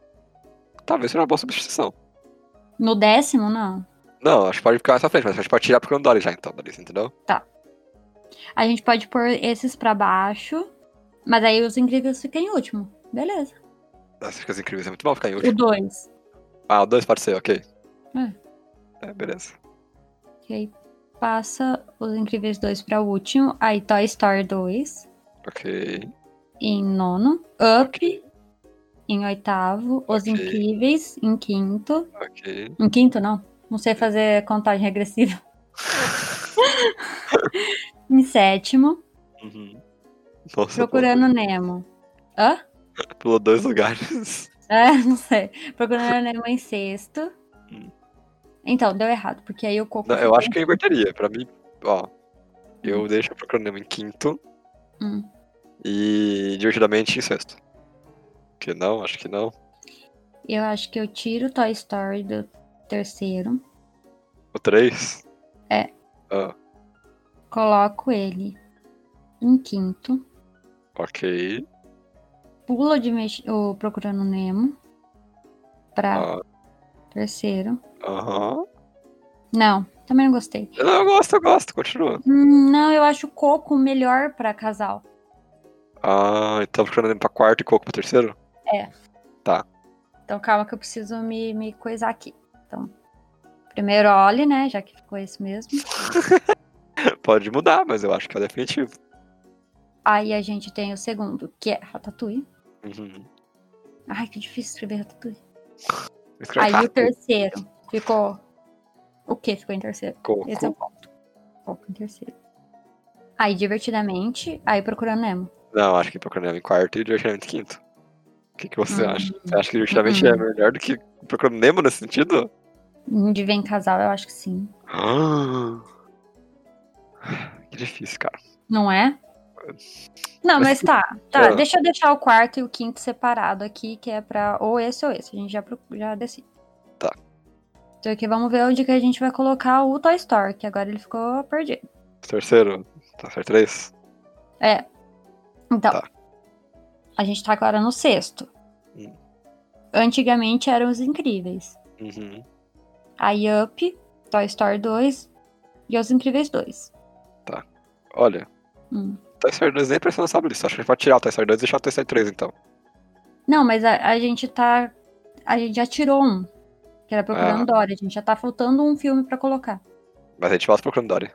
[SPEAKER 2] Talvez seja uma boa substituição.
[SPEAKER 1] No décimo, não.
[SPEAKER 2] Não, acho que pode ficar mais pra frente, mas a gente pode tirar pro Candori já então, da lista, entendeu?
[SPEAKER 1] A gente pode pôr esses pra baixo, mas aí os incríveis ficam em último. Beleza.
[SPEAKER 2] Essas coisas incríveis é muito bom ficar em
[SPEAKER 1] O
[SPEAKER 2] último.
[SPEAKER 1] dois.
[SPEAKER 2] Ah, o 2 pode ser, ok. É, beleza.
[SPEAKER 1] E aí passa os incríveis dois pra último. Aí Toy Story 2
[SPEAKER 2] Ok.
[SPEAKER 1] em nono. Up em oitavo. Os
[SPEAKER 2] Ok.
[SPEAKER 1] incríveis em quinto.
[SPEAKER 2] Ok.
[SPEAKER 1] Em quinto, não. Não sei fazer contagem regressiva. em sétimo.
[SPEAKER 2] Uhum. Nossa,
[SPEAKER 1] Procurando Nemo. Hã?
[SPEAKER 2] pulou- Pulou dois lugares.
[SPEAKER 1] É, não sei. Procurando Nemo em sexto.
[SPEAKER 2] Hum.
[SPEAKER 1] Então, deu errado, porque aí o Coco.
[SPEAKER 2] Não, eu acho que eu inverteria. Pra mim, ó. Eu deixo procurando Nemo em quinto
[SPEAKER 1] Uhum. Hum.
[SPEAKER 2] e divertidamente em sexto. Que não, acho que não.
[SPEAKER 1] Eu acho que eu tiro Toy Story do terceiro,
[SPEAKER 2] O 3?
[SPEAKER 1] É.
[SPEAKER 2] Ah,
[SPEAKER 1] coloco ele em quinto,
[SPEAKER 2] ok.
[SPEAKER 1] pulo o Dimen- o Procurando Nemo pra
[SPEAKER 2] Ah,
[SPEAKER 1] terceiro.
[SPEAKER 2] Aham.
[SPEAKER 1] Não, também não gostei.
[SPEAKER 2] Não, eu gosto, eu gosto, continua.
[SPEAKER 1] Hum, não, eu acho o Coco melhor pra casal.
[SPEAKER 2] Ah, então procurando Nemo pra quarto e Coco pra terceiro?
[SPEAKER 1] Então calma que eu preciso me, me coisar aqui. Então, primeiro olhe, né, já que ficou esse mesmo.
[SPEAKER 2] Pode mudar, mas eu acho que é o definitivo.
[SPEAKER 1] Aí a gente tem o segundo, que é Ratatouille.
[SPEAKER 2] Uhum.
[SPEAKER 1] Ai, que difícil escrever Ratatouille.
[SPEAKER 2] Escreve
[SPEAKER 1] Aí o
[SPEAKER 2] rápido,
[SPEAKER 1] terceiro ficou... O que ficou em terceiro?
[SPEAKER 2] Coco.
[SPEAKER 1] Esse é o ponto. Foco em terceiro. Aí, divertidamente, aí procurando Nemo.
[SPEAKER 2] Não, acho que procurando Nemo em quarto e divertidamente em quinto. O que, que você
[SPEAKER 1] Hum.
[SPEAKER 2] acha? Você acha que divertidamente é melhor do que procurando Nemo nesse sentido?
[SPEAKER 1] De ver em casal, eu acho que sim.
[SPEAKER 2] Ah. Que difícil, cara.
[SPEAKER 1] Não é? Não, mas tá. Tá,
[SPEAKER 2] Ah.
[SPEAKER 1] deixa eu deixar o quarto e o quinto separado aqui, que é pra ou esse ou esse. A gente já, pro- já decide.
[SPEAKER 2] Tá.
[SPEAKER 1] Então aqui vamos ver onde que a gente vai colocar o Toy Story, que agora ele ficou perdido.
[SPEAKER 2] Terceiro, tá certo? Três?
[SPEAKER 1] Então,
[SPEAKER 2] Tá.
[SPEAKER 1] a gente tá agora no sexto.
[SPEAKER 2] Hum.
[SPEAKER 1] Antigamente eram os incríveis.
[SPEAKER 2] Uhum.
[SPEAKER 1] Aí Up, Toy Story 2 e Os Incríveis 2.
[SPEAKER 2] Olha,
[SPEAKER 1] Hum.
[SPEAKER 2] Toy Story 2 nem pressão nessa lista. Acho que a gente pode tirar o Toy Story 2 e deixar o Toy Story 3, então.
[SPEAKER 1] Não, mas a, a gente tá. A gente já tirou um. Que era Procurando
[SPEAKER 2] Ah.
[SPEAKER 1] Dory. A gente já tá faltando um filme pra colocar.
[SPEAKER 2] Mas a gente volta procurando Dory.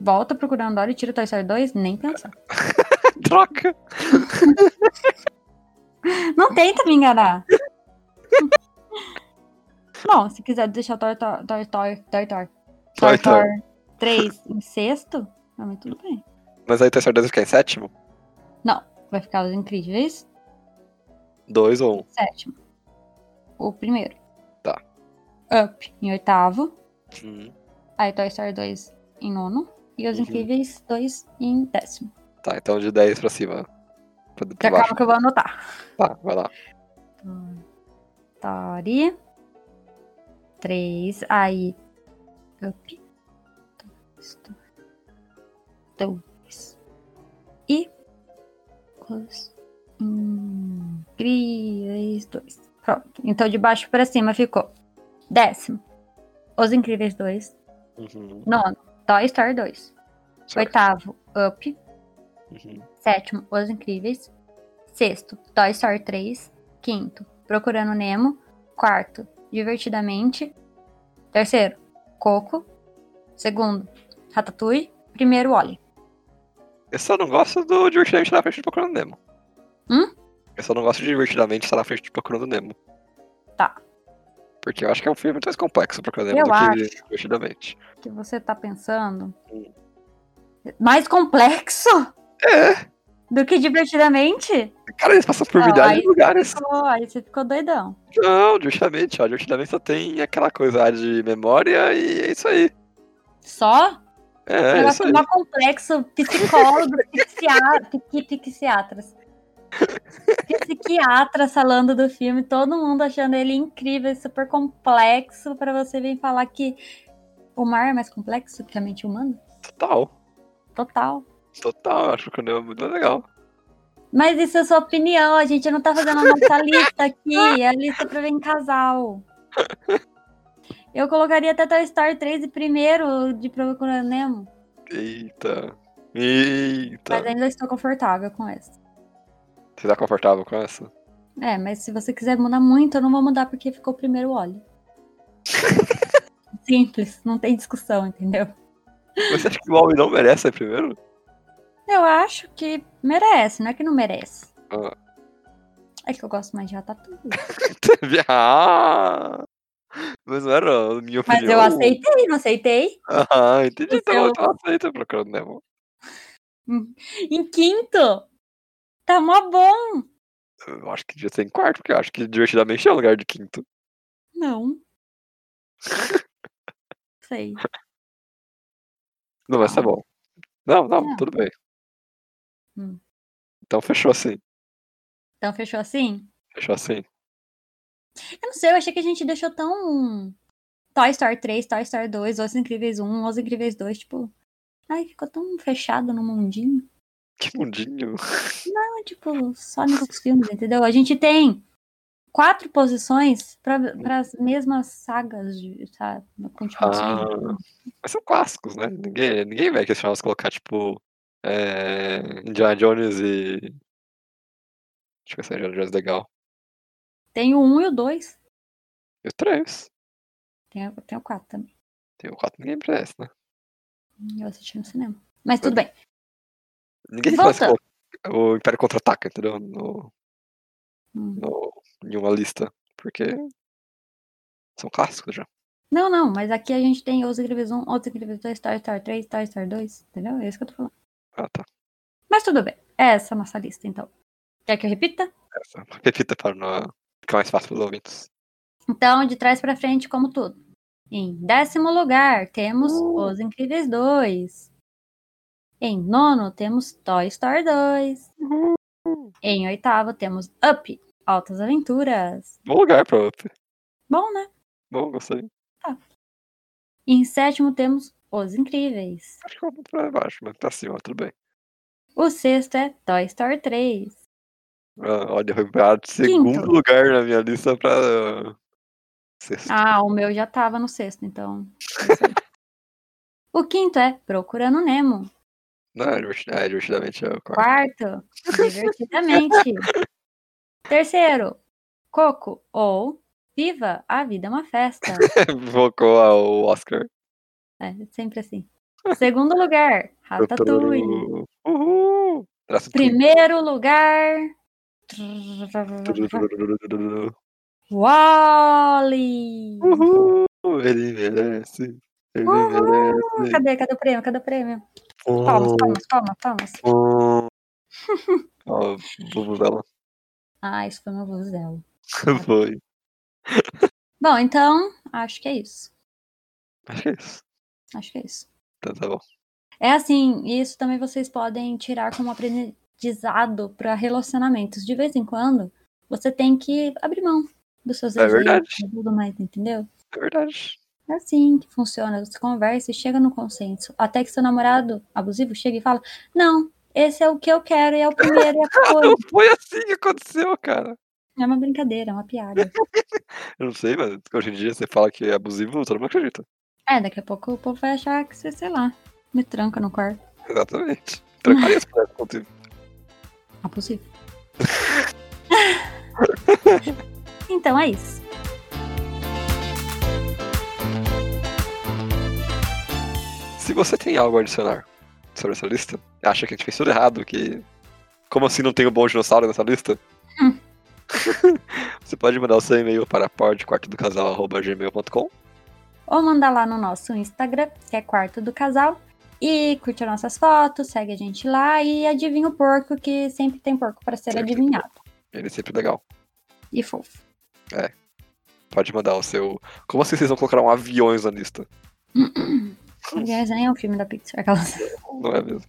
[SPEAKER 1] Volta Procurando Dory e tira Toy Story 2? Nem pensar.
[SPEAKER 2] Droga!
[SPEAKER 1] Não tenta me enganar. Bom, se quiser deixar Toy Story. Toy Story. Toy Story. Toy
[SPEAKER 2] Toy Story.
[SPEAKER 1] Story 3 em sexto? Não, mas tudo bem.
[SPEAKER 2] Mas aí Toy Story 2 fica em sétimo?
[SPEAKER 1] Vai ficar É Os Incríveis
[SPEAKER 2] Dois ou um?
[SPEAKER 1] sétimo. O primeiro.
[SPEAKER 2] Tá.
[SPEAKER 1] Up em oitavo.
[SPEAKER 2] Hum,
[SPEAKER 1] Aí Toy Story 2 em nono. E Os
[SPEAKER 2] Uhum.
[SPEAKER 1] Incríveis 2 em décimo.
[SPEAKER 2] Tá, então de 10 pra cima. Pra,
[SPEAKER 1] Já
[SPEAKER 2] pra
[SPEAKER 1] calma
[SPEAKER 2] baixo.
[SPEAKER 1] que eu vou anotar.
[SPEAKER 2] Tá, vai lá.
[SPEAKER 1] Story 3. Aí. Up. Toy Story 2. E. Os Incríveis 2. Um, Pronto. Então de baixo pra cima ficou. Décimo. Os Incríveis 2.
[SPEAKER 2] Uhum,
[SPEAKER 1] Nono. Toy Story 2.
[SPEAKER 2] certo.
[SPEAKER 1] Oitavo, Up.
[SPEAKER 2] Uhum,
[SPEAKER 1] Sétimo, Os Incríveis. Sexto, Toy Story 3. Quinto, Procurando Nemo. Quarto, Divertidamente. Terceiro, Coco. Segundo, Ratatouille. Primeiro, Oli.
[SPEAKER 2] Eu só não gosto do divertidamente estar na frente de Procurando Nemo.
[SPEAKER 1] Hum?
[SPEAKER 2] Eu só não gosto de divertidamente estar na frente de Procurando Nemo.
[SPEAKER 1] Tá.
[SPEAKER 2] Porque eu acho que é um filme muito mais complexo Procurando Nemo
[SPEAKER 1] Eu
[SPEAKER 2] do que
[SPEAKER 1] acho.
[SPEAKER 2] divertidamente.
[SPEAKER 1] O que você tá pensando?
[SPEAKER 2] Hum.
[SPEAKER 1] Mais complexo
[SPEAKER 2] É,
[SPEAKER 1] do que Divertidamente?
[SPEAKER 2] cara, eles passam por
[SPEAKER 1] Não,
[SPEAKER 2] milhares
[SPEAKER 1] aí
[SPEAKER 2] de lugares.
[SPEAKER 1] Ficou- aí você ficou doidão.
[SPEAKER 2] Não, divertidamente, ó. Divertidamente só tem aquela coisa de memória e é isso aí.
[SPEAKER 1] Só? O
[SPEAKER 2] É, é isso
[SPEAKER 1] negócio
[SPEAKER 2] aí.
[SPEAKER 1] mais complexo, psicólogo, psiquiatra, psiquiatras. Psiquiatras falando do filme, todo mundo achando ele incrível, super complexo, pra você vir falar que o mar é mais complexo que a mente humana?
[SPEAKER 2] Total.
[SPEAKER 1] Total.
[SPEAKER 2] Total, eu acho que Procurando Nemo é muito mais legal.
[SPEAKER 1] Mas isso é sua opinião, a gente não tá fazendo a nossa lista aqui, é a lista pra ver em casal. Eu colocaria até Toy Story 3 e primeiro de Procurando Nemo,
[SPEAKER 2] Eita. Eita.
[SPEAKER 1] mas é- ainda estou confortável com essa.
[SPEAKER 2] Você tá confortável com essa?
[SPEAKER 1] É, mas se você quiser mudar muito, eu não vou mudar porque ficou o primeiro óleo. Simples, não tem discussão, entendeu?
[SPEAKER 2] Você acha que o Wall não merece ser primeiro?
[SPEAKER 1] Eu acho que merece, não é que não merece.
[SPEAKER 2] Ah.
[SPEAKER 1] É que eu gosto mais de Ratatouille.
[SPEAKER 2] Teve. Ah! Mas não era a minha
[SPEAKER 1] Mas
[SPEAKER 2] opinião.
[SPEAKER 1] eu aceitei, não aceitei.
[SPEAKER 2] Ah, entendi. Então
[SPEAKER 1] Eu-
[SPEAKER 2] eu tava aceita procurando né? Nemo.
[SPEAKER 1] Em quinto, tá mó bom.
[SPEAKER 2] Eu acho que devia ser em quarto, porque eu acho que divertidamente é o lugar de quinto.
[SPEAKER 1] Não. Sei.
[SPEAKER 2] Não, mas tá
[SPEAKER 1] Ah.
[SPEAKER 2] bom. Não, não,
[SPEAKER 1] Não.
[SPEAKER 2] tudo bem.
[SPEAKER 1] Hum.
[SPEAKER 2] Então fechou assim.
[SPEAKER 1] Então fechou assim?
[SPEAKER 2] Fechou assim.
[SPEAKER 1] Eu não sei, eu achei que a gente deixou tão. Toy Story 3, Toy Story 2, Os Incríveis 1, Os Incríveis 2, tipo. Ai, ficou tão fechado no mundinho.
[SPEAKER 2] Que mundinho.
[SPEAKER 1] Não, tipo, só nos filmes, entendeu? A gente tem quatro posições para as mesmas sagas de sabe, na continuação.
[SPEAKER 2] Mas são clássicos, né? Ninguém, ninguém vai questionar se colocar, tipo, é, Indiana Jones e. Deixa eu ver se é Indiana Jones legal.
[SPEAKER 1] Tem o um e o dois.
[SPEAKER 2] E o 3.
[SPEAKER 1] Tem, tem o quatro também.
[SPEAKER 2] Tem o 4, ninguém merece, né?
[SPEAKER 1] Eu assisti no cinema. Mas tudo bem.
[SPEAKER 2] Ninguém faz
[SPEAKER 1] Volta.
[SPEAKER 2] co- o Império Contra-Ataca, entendeu? No,
[SPEAKER 1] Hum.
[SPEAKER 2] no, em uma lista. Porque são clássicos já.
[SPEAKER 1] Não, não, mas aqui a gente tem Os Incríveis 1, Os Incríveis 2, Toy Story 3, Toy Story 2, entendeu? É isso que eu tô falando.
[SPEAKER 2] Ah, tá.
[SPEAKER 1] Mas tudo bem. Essa é a nossa lista, então. Quer que eu repita?
[SPEAKER 2] Essa. Repita para não ficar mais fácil para os ouvintes.
[SPEAKER 1] Então, de trás pra frente, como tudo. Em décimo lugar, temos
[SPEAKER 2] Uh.
[SPEAKER 1] Os Incríveis 2. Em nono, temos Toy Story 2. Em oitavo, temos Up, Altas Aventuras.
[SPEAKER 2] Bom lugar para outro.
[SPEAKER 1] Bom, né?
[SPEAKER 2] Bom, gostei.
[SPEAKER 1] Em sétimo, temos Os Incríveis.
[SPEAKER 2] Acho que eu vou para baixo, mas para cima, tudo bem.
[SPEAKER 1] O sexto é Toy Story 3.
[SPEAKER 2] Ah, olha, foi pra segundo
[SPEAKER 1] Quinto.
[SPEAKER 2] lugar na minha lista pra. Sexto.
[SPEAKER 1] Ah, o meu já tava no sexto, então. é isso aí. o quinto é Procurando Nemo.
[SPEAKER 2] Não, é diverti- ah, é divertidamente é o quarto.
[SPEAKER 1] Quarto, Divertidamente. Terceiro, Coco ou Viva a Vida é uma Festa.
[SPEAKER 2] Invocou ao Oscar.
[SPEAKER 1] É, sempre assim. Segundo lugar, Ratatouille.
[SPEAKER 2] Uhul! Traço
[SPEAKER 1] Primeiro lugar.
[SPEAKER 2] Tururu.
[SPEAKER 1] Wally!
[SPEAKER 2] Uhul! Ele merece. Ele
[SPEAKER 1] Uhul!
[SPEAKER 2] merece.
[SPEAKER 1] Cadê? Cadê o prêmio? Cadê o prêmio?
[SPEAKER 2] Pum,
[SPEAKER 1] Palmas, palmas, palmas, palmas.
[SPEAKER 2] pum. Ó, Vuvuzela.
[SPEAKER 1] Ah, isso foi meu vozel.
[SPEAKER 2] Foi.
[SPEAKER 1] Bom, então Acho que é isso.
[SPEAKER 2] Acho que é isso.
[SPEAKER 1] Acho que é isso.
[SPEAKER 2] Então tá bom.
[SPEAKER 1] É assim, isso também vocês podem tirar como aprendizado para relacionamentos. De vez em quando, você tem que abrir mão dos seus
[SPEAKER 2] É verdade.
[SPEAKER 1] e tudo mais, entendeu?
[SPEAKER 2] É verdade.
[SPEAKER 1] É assim que funciona. Você conversa e chega no consenso. Até que seu namorado abusivo chega e fala: Não, esse é o que eu quero e é o primeiro e é a
[SPEAKER 2] Não
[SPEAKER 1] coisa.
[SPEAKER 2] foi assim que aconteceu, cara.
[SPEAKER 1] É uma brincadeira, é uma piada.
[SPEAKER 2] Eu não sei, mas hoje em dia você fala que é abusivo, todo mundo acredita.
[SPEAKER 1] É, daqui a pouco o povo vai achar que você, sei lá, me tranca no quarto.
[SPEAKER 2] Exatamente. né, Trancaria as portas contigo.
[SPEAKER 1] Abusivo. então é isso.
[SPEAKER 2] Se você tem algo a adicionar sobre essa lista, acha que a gente fez tudo errado, que. Como assim não tem o bom dinossauro nessa lista?
[SPEAKER 1] Hum.
[SPEAKER 2] você pode mandar o seu e-mail para podquartodocasal.gmail.com
[SPEAKER 1] ou mandar lá no nosso Instagram, que é Quarto do Casal, e curte as nossas fotos, segue a gente lá e adivinha o porco, que sempre tem porco para ser
[SPEAKER 2] Sempre.
[SPEAKER 1] adivinhado.
[SPEAKER 2] Ele é sempre legal.
[SPEAKER 1] E fofo.
[SPEAKER 2] Pode mandar o seu. Como assim vocês vão colocar um aviões na lista?
[SPEAKER 1] Aliás, nem é o filme da Pixar. aquelas-
[SPEAKER 2] Não é mesmo?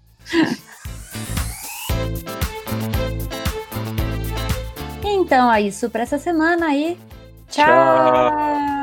[SPEAKER 1] Então é isso para essa semana aí. Tchau!
[SPEAKER 2] Tchau.